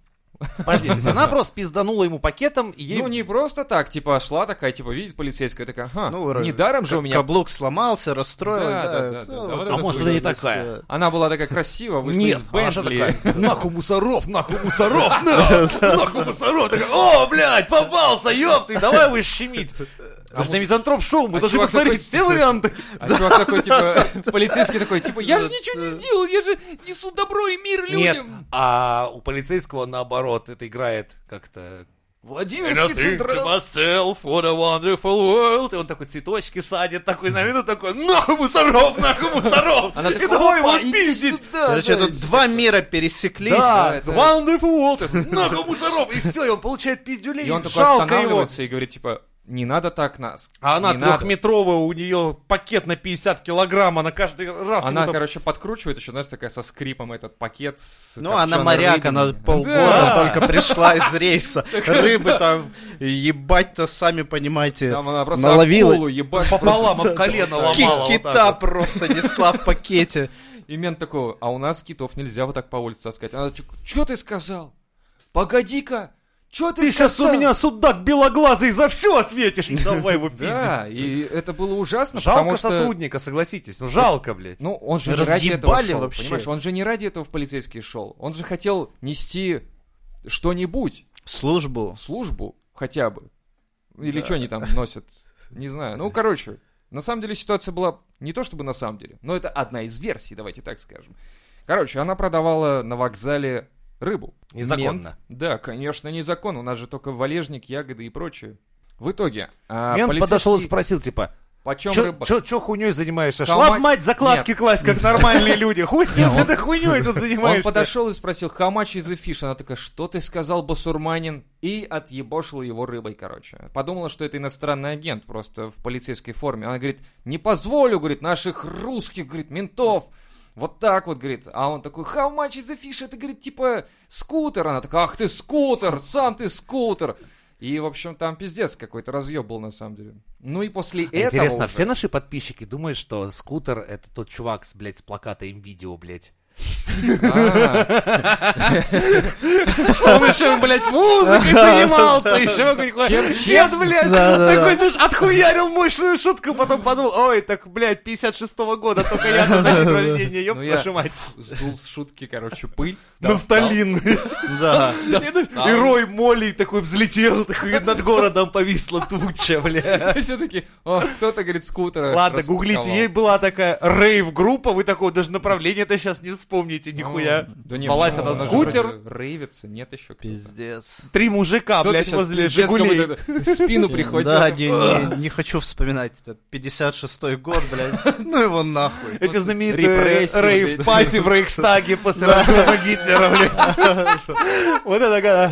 [SPEAKER 6] Подожди, то есть она просто пизданула ему пакетом, и ей...
[SPEAKER 2] Ну не просто так, типа шла такая, типа видит полицейская, такая, ага,
[SPEAKER 5] Ну, р-
[SPEAKER 2] недаром же у меня
[SPEAKER 5] Каблук сломался, расстроил.
[SPEAKER 2] Да, да,
[SPEAKER 5] Да,
[SPEAKER 2] да, да, да,
[SPEAKER 5] Ну, вот
[SPEAKER 2] вот
[SPEAKER 5] это
[SPEAKER 2] это
[SPEAKER 6] А может,
[SPEAKER 5] вот
[SPEAKER 6] она не
[SPEAKER 5] это
[SPEAKER 6] такая.
[SPEAKER 5] всё.
[SPEAKER 2] Она была такая красивая, вышла
[SPEAKER 6] Нет,
[SPEAKER 3] а
[SPEAKER 2] из
[SPEAKER 6] она же
[SPEAKER 2] Бентли.
[SPEAKER 6] такая, нахуй мусоров, нахуй мусоров.
[SPEAKER 3] Да, нахуй мусорок, такой, о, блядь, попался, ёпты, давай его щемить. Это же на мизантроп шоу, мы
[SPEAKER 2] а
[SPEAKER 3] должны
[SPEAKER 2] чувак
[SPEAKER 3] посмотреть
[SPEAKER 2] такой-
[SPEAKER 3] все варианты.
[SPEAKER 2] А чувак такой, типа, полицейский такой, типа, я же ничего не сделал, я же несу добро и мир
[SPEAKER 3] Нет,
[SPEAKER 2] людям.
[SPEAKER 3] а у полицейского наоборот, это играет как-то
[SPEAKER 2] Владимирский централ.
[SPEAKER 3] myself, what a wonderful world. И он такой цветочки садит, такой на виду, такой, нахуй мусоров, нахуй мусоров.
[SPEAKER 2] Она
[SPEAKER 3] и
[SPEAKER 2] такая,
[SPEAKER 3] давай его
[SPEAKER 2] «Опа, иди
[SPEAKER 3] пиздить.
[SPEAKER 2] сюда,
[SPEAKER 5] Короче,
[SPEAKER 2] да».
[SPEAKER 5] тут два мира пересеклись.
[SPEAKER 3] Да,
[SPEAKER 2] это-
[SPEAKER 3] wonderful world. Я такой, Нахуй мусоров. И все, и он получает пиздюлей.
[SPEAKER 2] И он такой
[SPEAKER 3] жалко его.
[SPEAKER 2] останавливается и говорит, типа, не надо так нас.
[SPEAKER 3] А она
[SPEAKER 2] не надо».
[SPEAKER 3] трехметровая, у нее пакет на 50 килограмм, она каждый раз...
[SPEAKER 2] Она,
[SPEAKER 3] ему там-
[SPEAKER 2] короче, подкручивает еще, знаешь, такая со скрипом этот пакет с
[SPEAKER 5] Ну, она
[SPEAKER 2] копченой
[SPEAKER 5] моряк, она
[SPEAKER 2] рыбиной.
[SPEAKER 5] полгода
[SPEAKER 3] Да.
[SPEAKER 5] только пришла из рейса. Рыбы там, ебать-то, сами понимаете,
[SPEAKER 2] Там она просто
[SPEAKER 5] наловила.
[SPEAKER 2] акулу, ебать,
[SPEAKER 3] пополам об колено
[SPEAKER 5] Ки-
[SPEAKER 3] ломала. вот так
[SPEAKER 5] Кита
[SPEAKER 3] вот.
[SPEAKER 5] просто несла в пакете.
[SPEAKER 2] И мент такой, а у нас китов нельзя вот так по улице таскать. Она, что ты сказал? Погоди-ка, Че ты,
[SPEAKER 3] Ты сейчас у
[SPEAKER 2] сказал?»
[SPEAKER 3] меня судак белоглазый за все ответишь. Давай его пиздить. Ну,
[SPEAKER 2] Да, и это было ужасно, потому
[SPEAKER 3] Жалко
[SPEAKER 2] что...
[SPEAKER 3] сотрудника, согласитесь. Ну жалко, блядь.
[SPEAKER 2] Ну, он же не ради этого
[SPEAKER 5] Разъебали
[SPEAKER 2] шел,
[SPEAKER 5] вообще.
[SPEAKER 2] понимаешь? Он же не ради этого в полицейский шел. Он же хотел нести что-нибудь,
[SPEAKER 5] Службу.
[SPEAKER 2] службу хотя бы. Или что они там носят, не знаю. Ну, короче, на самом деле ситуация была не то чтобы на самом деле, но это одна из версий, давайте так скажем. Короче, она продавала на вокзале рыбу.
[SPEAKER 3] Незаконно.
[SPEAKER 2] Мент- да, конечно, незаконно. У нас же только валежник, ягоды и прочее. В итоге, а,
[SPEAKER 3] Мент
[SPEAKER 2] полицейский-
[SPEAKER 3] подошел и спросил, типа,
[SPEAKER 2] почем рыба?
[SPEAKER 3] Че хуйней занимаешься?
[SPEAKER 2] Калма-
[SPEAKER 3] Шла б мать закладки класть, как нормальные люди. Хуй ты
[SPEAKER 2] он-
[SPEAKER 3] этой хуйней тут
[SPEAKER 2] Он
[SPEAKER 3] занимаешься.
[SPEAKER 2] подошел и спросил, how much is the fish? Она такая, что ты сказал, басурманин? И отъебошила его рыбой, короче. Подумала, что это иностранный агент просто в полицейской форме. Она говорит, не позволю, говорит, наших русских, говорит, ментов. Вот так вот, говорит. А он такой, how much is the fish? Это, говорит, типа скутер. Она такая, ах ты скутер, сам ты скутер. И, в общем, там пиздец какой-то разъеб был, на самом деле. Ну и после этого
[SPEAKER 3] Интересно,
[SPEAKER 2] уже-
[SPEAKER 3] все наши подписчики думают, что скутер это тот чувак, с, блядь, с плаката им видео, блядь.
[SPEAKER 2] А,
[SPEAKER 3] Он еще, блядь, музыкой занимался, еще
[SPEAKER 2] Чем-
[SPEAKER 3] какой-то.
[SPEAKER 2] чем?
[SPEAKER 3] Дед, блядь,
[SPEAKER 5] Да-да-да.
[SPEAKER 3] такой, знаешь, отхуярил мощную шутку, потом подумал, ой, так, блядь, 56-го года, только я на день рождения, ёб
[SPEAKER 2] Ну я-
[SPEAKER 3] вашу мать.
[SPEAKER 2] Сдул с шутки, короче, пыль.
[SPEAKER 3] Нафталин, блядь.
[SPEAKER 5] Да.
[SPEAKER 3] И рой молей такой взлетел, такой над городом повисла туча, блядь.
[SPEAKER 2] Все таки кто-то говорит скутера.
[SPEAKER 3] Ладно,
[SPEAKER 2] распаковал».
[SPEAKER 3] гуглите, ей была такая рейв-группа, вы такого даже направления-то сейчас не вспомните,
[SPEAKER 2] Ну,
[SPEAKER 3] нихуя.
[SPEAKER 2] Да не,
[SPEAKER 3] Спалась
[SPEAKER 2] ну,
[SPEAKER 3] она
[SPEAKER 2] же
[SPEAKER 3] скутер,
[SPEAKER 2] вроде Рейвится, нет еще кто-то.
[SPEAKER 5] Пиздец.
[SPEAKER 3] три мужика,
[SPEAKER 2] Кто-то
[SPEAKER 3] блядь,
[SPEAKER 2] щас
[SPEAKER 3] возле
[SPEAKER 2] пиздец
[SPEAKER 3] Жигулей.
[SPEAKER 2] кому-то это- э, Спину прихватил.
[SPEAKER 5] Да, не, не- не хочу вспоминать этот 56-й год, блядь. Ну его нахуй.
[SPEAKER 3] Эти знаменитые
[SPEAKER 2] репрессии,
[SPEAKER 3] рейв-пати в Рейхстаге после разгрома Гитлера, блядь. Вот это когда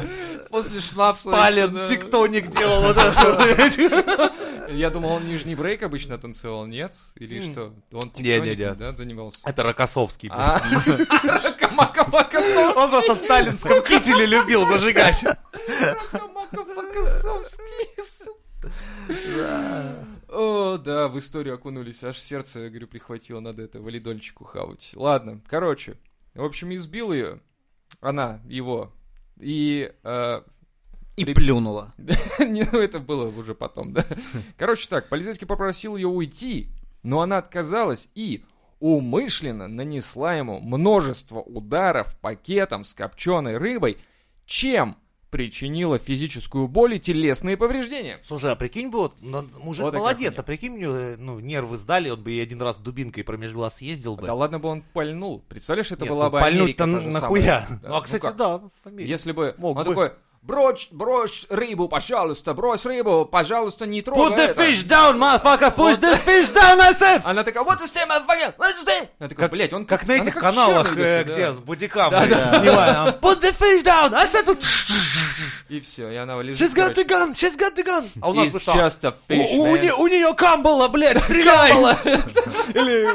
[SPEAKER 2] После шнапса.
[SPEAKER 3] Сталин
[SPEAKER 2] ещё, да.
[SPEAKER 3] тектоник делал вот это, блядь.
[SPEAKER 2] Я думал, он нижний брейк обычно танцевал, нет? Или что? Он
[SPEAKER 3] Не-не-не.
[SPEAKER 2] тектоником, да, занимался?
[SPEAKER 3] Это Рокоссовский, блядь.
[SPEAKER 2] А, Камака-факасовский,
[SPEAKER 3] Он просто в сталинском кителе любил зажигать.
[SPEAKER 2] Камака-факасовский, сука. О, да, в историю окунулись, аж сердце, я говорю, прихватило, надо это валидольчику хавать. Ладно, короче, в общем, избил ее, она, его, и э,
[SPEAKER 5] И плюнула.
[SPEAKER 2] Не, ну это было уже потом, да. Короче так, полицейский попросил ее уйти, но она отказалась и умышленно нанесла ему множество ударов пакетом с копченой рыбой, чем причинила физическую боль и телесные повреждения.
[SPEAKER 3] Слушай, а прикинь бы, вот, на- мужик
[SPEAKER 2] Вот и как
[SPEAKER 3] молодец,
[SPEAKER 2] мне.
[SPEAKER 3] а прикинь, мне, э, ну, нервы сдали, он бы и один раз дубинкой промеж глаз съездил бы.
[SPEAKER 2] Да ладно бы он пальнул. Представляешь, это
[SPEAKER 3] Нет,
[SPEAKER 2] А была
[SPEAKER 3] ну,
[SPEAKER 2] бы
[SPEAKER 3] пальнуть-то
[SPEAKER 2] Америка
[SPEAKER 3] на-
[SPEAKER 2] та же
[SPEAKER 3] нахуя?
[SPEAKER 2] самая. Да,
[SPEAKER 3] Ну, а, кстати,
[SPEAKER 2] как?
[SPEAKER 3] да, в Америке.
[SPEAKER 2] Если бы
[SPEAKER 3] Мог
[SPEAKER 2] он
[SPEAKER 3] бы.
[SPEAKER 2] такой, брось, брось рыбу, пожалуйста, брось рыбу, пожалуйста, не трогай
[SPEAKER 3] Put the
[SPEAKER 2] это».
[SPEAKER 3] fish down, motherfucker, put the fish down, I said!
[SPEAKER 2] Она такая, вот is that, motherfucker? What is that?» Она такая, блядь, он
[SPEAKER 3] Как на
[SPEAKER 2] она
[SPEAKER 3] этих
[SPEAKER 2] как
[SPEAKER 3] каналах,
[SPEAKER 2] черный
[SPEAKER 3] э,
[SPEAKER 2] лысый,
[SPEAKER 3] где с
[SPEAKER 2] да.
[SPEAKER 3] будикам
[SPEAKER 2] Да,
[SPEAKER 3] блядь, снимают. Put the fish down, I said,
[SPEAKER 2] И все, и она лежит.
[SPEAKER 3] she's got
[SPEAKER 2] короче,
[SPEAKER 3] the gun, she's got the gun. А у нас
[SPEAKER 2] It's
[SPEAKER 3] бы что?
[SPEAKER 2] just a
[SPEAKER 3] У,
[SPEAKER 2] fish,
[SPEAKER 3] у
[SPEAKER 2] man.
[SPEAKER 3] не- у нее камбала, блядь, стреляй! Или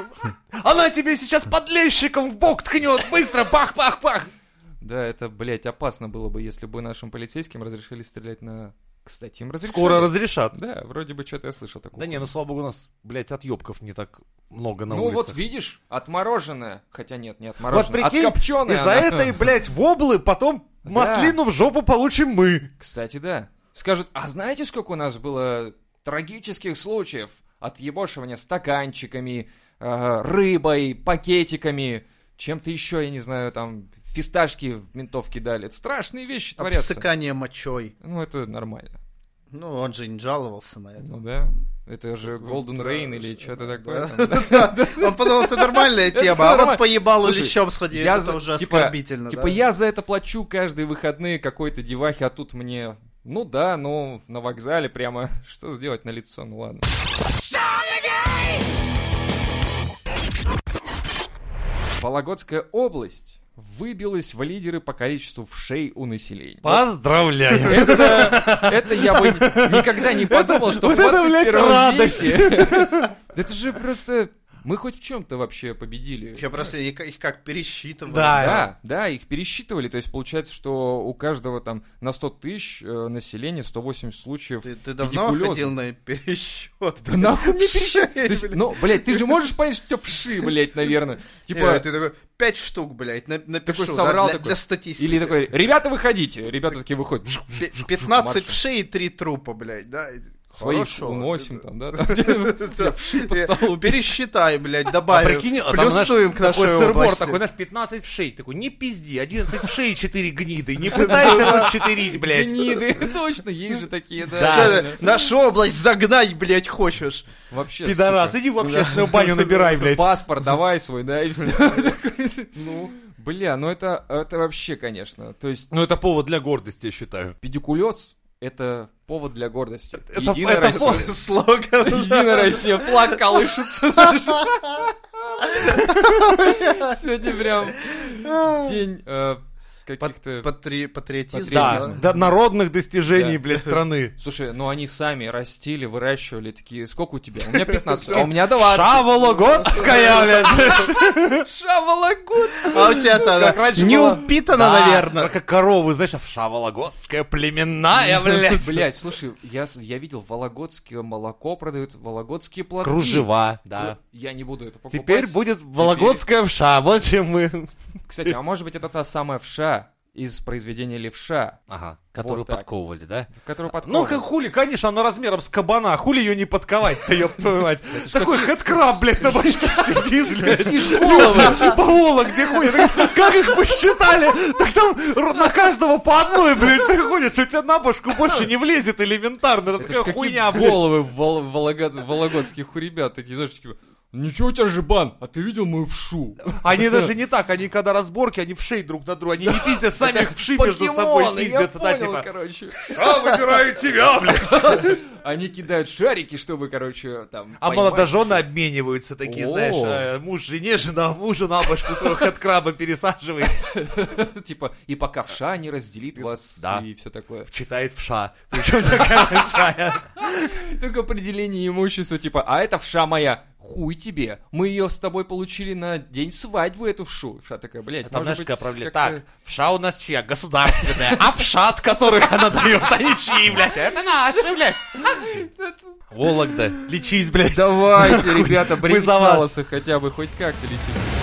[SPEAKER 3] она тебе сейчас подлещиком в бок ткнет, быстро, бах-бах-бах!
[SPEAKER 2] Да, это, блядь, опасно было бы, если бы нашим полицейским разрешили стрелять на... Кстати, им разрешили.
[SPEAKER 3] Скоро разрешат.
[SPEAKER 2] Да, вроде бы что-то я слышал такого.
[SPEAKER 3] Да не, ну слава богу, у нас, блядь, отъебков не так много на
[SPEAKER 2] ну
[SPEAKER 3] улицах.
[SPEAKER 2] вот видишь, отмороженная. Хотя нет, не
[SPEAKER 3] Вот
[SPEAKER 2] отмороженная,
[SPEAKER 3] прикинь,
[SPEAKER 2] откопчёная
[SPEAKER 3] из-за
[SPEAKER 2] она.
[SPEAKER 3] этой, блядь, воблы потом маслину в жопу получим мы.
[SPEAKER 2] Кстати, да. Скажут, а знаете, сколько у нас было трагических случаев отъебошивания стаканчиками, э, рыбой, пакетиками, чем-то еще, я не знаю, там, фисташки в ментовке дали. Это страшные вещи творятся.
[SPEAKER 5] Обсыкание мочой.
[SPEAKER 2] Ну, это нормально.
[SPEAKER 5] Ну, он же не жаловался на это.
[SPEAKER 2] Ну да. Это же Golden Rain или что-то такое. там, да?
[SPEAKER 5] Он подумал, это нормальная тема, а
[SPEAKER 2] нормально.
[SPEAKER 5] вот поебал
[SPEAKER 2] Слушай,
[SPEAKER 5] лещом сходи,
[SPEAKER 2] я
[SPEAKER 5] это
[SPEAKER 2] за-
[SPEAKER 5] уже
[SPEAKER 2] типа-
[SPEAKER 3] Ну
[SPEAKER 5] оскорбительно.
[SPEAKER 2] Типа
[SPEAKER 5] да.
[SPEAKER 2] я за это плачу каждые выходные какой-то девахи, а тут мне... Ну да, ну на вокзале прямо что сделать на лицо, ну ладно. Вологодская область выбилась в лидеры по количеству вшей у населения.
[SPEAKER 3] Поздравляю.
[SPEAKER 2] Это, это я бы никогда не подумал, что в
[SPEAKER 3] вот это, блядь,
[SPEAKER 2] 21
[SPEAKER 3] радость.
[SPEAKER 2] веке... Это же просто... Мы хоть в чем-то вообще победили.
[SPEAKER 5] Еще просто их, их как пересчитывали.
[SPEAKER 2] Да, да, их пересчитывали. То есть получается, что у каждого там на 100 тысяч э, населения 180 случаев
[SPEAKER 5] Ты, ты давно
[SPEAKER 2] педикулеза.
[SPEAKER 5] ходил на пересчет?
[SPEAKER 2] Да нахуй мне
[SPEAKER 5] Шесть,
[SPEAKER 2] пересчет? То есть,
[SPEAKER 5] блядь.
[SPEAKER 2] ну, блядь, ты же можешь понять, что тебя вши, блядь, наверное. Типа,
[SPEAKER 5] Э, ты такой, пять штук, блядь, на- напишу
[SPEAKER 2] Такой соврал
[SPEAKER 5] да, для,
[SPEAKER 2] такой.
[SPEAKER 5] для статистики.
[SPEAKER 2] или такой, ребята, выходите. Ребята такие выходят. Бжух, бжух,
[SPEAKER 5] Пе-
[SPEAKER 2] бжух,
[SPEAKER 5] 15
[SPEAKER 2] марш.
[SPEAKER 5] в шее, 3 трупа, блядь, да?
[SPEAKER 2] Своих
[SPEAKER 5] Хорошо.
[SPEAKER 2] уносим там, да? там, где, бля, Вши по столу.
[SPEAKER 5] Пересчитай, блядь, добавим.
[SPEAKER 6] прикинь, а там,
[SPEAKER 5] плюсуем к нашей
[SPEAKER 3] Такой сырбор,
[SPEAKER 5] области.
[SPEAKER 3] такой, знаешь, 15 в шей. Такой, не пизди, 11 в шей, 4 гниды. Не пытайся тут читерить, блядь.
[SPEAKER 2] Гниды, точно, есть же такие,
[SPEAKER 5] Чё
[SPEAKER 2] да.
[SPEAKER 5] ты Нашу область загнать, блядь, хочешь.
[SPEAKER 2] Вообще,
[SPEAKER 3] Пидорас,
[SPEAKER 2] сука.
[SPEAKER 3] иди в общественную баню набирай, блядь.
[SPEAKER 2] Паспорт давай свой, да, и все. Ну, бля, ну это, это вообще, конечно. То есть,
[SPEAKER 3] Ну, это повод для гордости, я считаю.
[SPEAKER 2] педикулез — это повод для гордости.
[SPEAKER 3] Это-
[SPEAKER 2] Единая
[SPEAKER 3] это
[SPEAKER 2] Россия.
[SPEAKER 3] повод.
[SPEAKER 5] Слоган.
[SPEAKER 2] Единая Россия, флаг колышется. Сегодня прям день э,
[SPEAKER 5] Пат-
[SPEAKER 2] каких-то...
[SPEAKER 5] патри- Патриотизм.
[SPEAKER 3] Да,
[SPEAKER 2] Патриотизм.
[SPEAKER 3] да, народных достижений,
[SPEAKER 2] Да.
[SPEAKER 3] блядь, страны.
[SPEAKER 2] Слушай, ну они сами растили, выращивали такие, сколько у тебя? У меня 15, а у меня 20.
[SPEAKER 3] Шавологодская, блядь.
[SPEAKER 2] Шавалагут!
[SPEAKER 5] А у тебя-то она
[SPEAKER 3] раньше
[SPEAKER 5] не
[SPEAKER 3] было.
[SPEAKER 5] упитана,
[SPEAKER 3] Да,
[SPEAKER 5] наверное.
[SPEAKER 3] Как коровы, знаешь, а в Шавологодская племенная, блядь.
[SPEAKER 2] Блять, слушай, я, с- я видел, вологодское молоко продают, вологодские платки.
[SPEAKER 3] Кружева, да.
[SPEAKER 2] Я не буду это покупать.
[SPEAKER 3] Теперь будет Вологодская вша, вот чем мы.
[SPEAKER 2] Кстати, а может быть это та самая вша из произведения «Левша»,
[SPEAKER 3] Ага, которую
[SPEAKER 2] так.
[SPEAKER 3] подковывали, да?
[SPEAKER 2] которую
[SPEAKER 3] Ну,
[SPEAKER 2] подковывали.
[SPEAKER 3] как хули, конечно, она размером с кабана. Хули ее не подковать-то, ёб твою мать. Такой хэдкраб, блядь, на башке сидит, блядь. Люди, Паула, где ходят? Как их посчитали? Так там р- на каждого по одной, блядь, приходится. У тебя на башку больше не влезет элементарно. Там
[SPEAKER 2] Это ж
[SPEAKER 3] такая
[SPEAKER 2] какие
[SPEAKER 3] хуйня, блядь.
[SPEAKER 2] головы в вол- волога- вологодских у ребят такие, знаешь, такие, ничего у тебя же бан, а ты видел мою вшу?
[SPEAKER 3] Они даже не так, они когда разборки, они в шей друг на друга, они не пиздят, сами их вши между собой
[SPEAKER 2] Покемоны, я
[SPEAKER 3] пиздятся, да,
[SPEAKER 2] понял,
[SPEAKER 3] типа,
[SPEAKER 2] короче.
[SPEAKER 3] а, выбираю тебя, блядь.
[SPEAKER 2] Они кидают шарики, чтобы, короче, там
[SPEAKER 3] А
[SPEAKER 2] поймать.
[SPEAKER 3] молодожены обмениваются такие,
[SPEAKER 2] О.
[SPEAKER 3] знаешь, э, муж жене, жена мужу на башку твоего хэдкраба пересаживает.
[SPEAKER 2] Типа, и пока вша не разделит вас,
[SPEAKER 3] Да.
[SPEAKER 2] и все такое.
[SPEAKER 3] читает вша. Причем такая вша.
[SPEAKER 2] Только определение имущества, типа, а это вша моя, хуй тебе. Мы ее с тобой получили на день свадьбы, эту вшу. Вша такая, блядь,
[SPEAKER 3] А Там,
[SPEAKER 2] может
[SPEAKER 3] знаешь,
[SPEAKER 2] быть,
[SPEAKER 3] какая проблема?
[SPEAKER 2] как-то-
[SPEAKER 3] Так, вша у нас чья? Государственная. А вша, от которых она дает, они чьи, блядь? Это наши, блядь. Вологда, лечись, блядь.
[SPEAKER 2] Давайте, ребята,
[SPEAKER 3] Мы
[SPEAKER 2] бритесь
[SPEAKER 3] за
[SPEAKER 2] на
[SPEAKER 3] вас.
[SPEAKER 2] лысо хотя бы хоть как-то летите.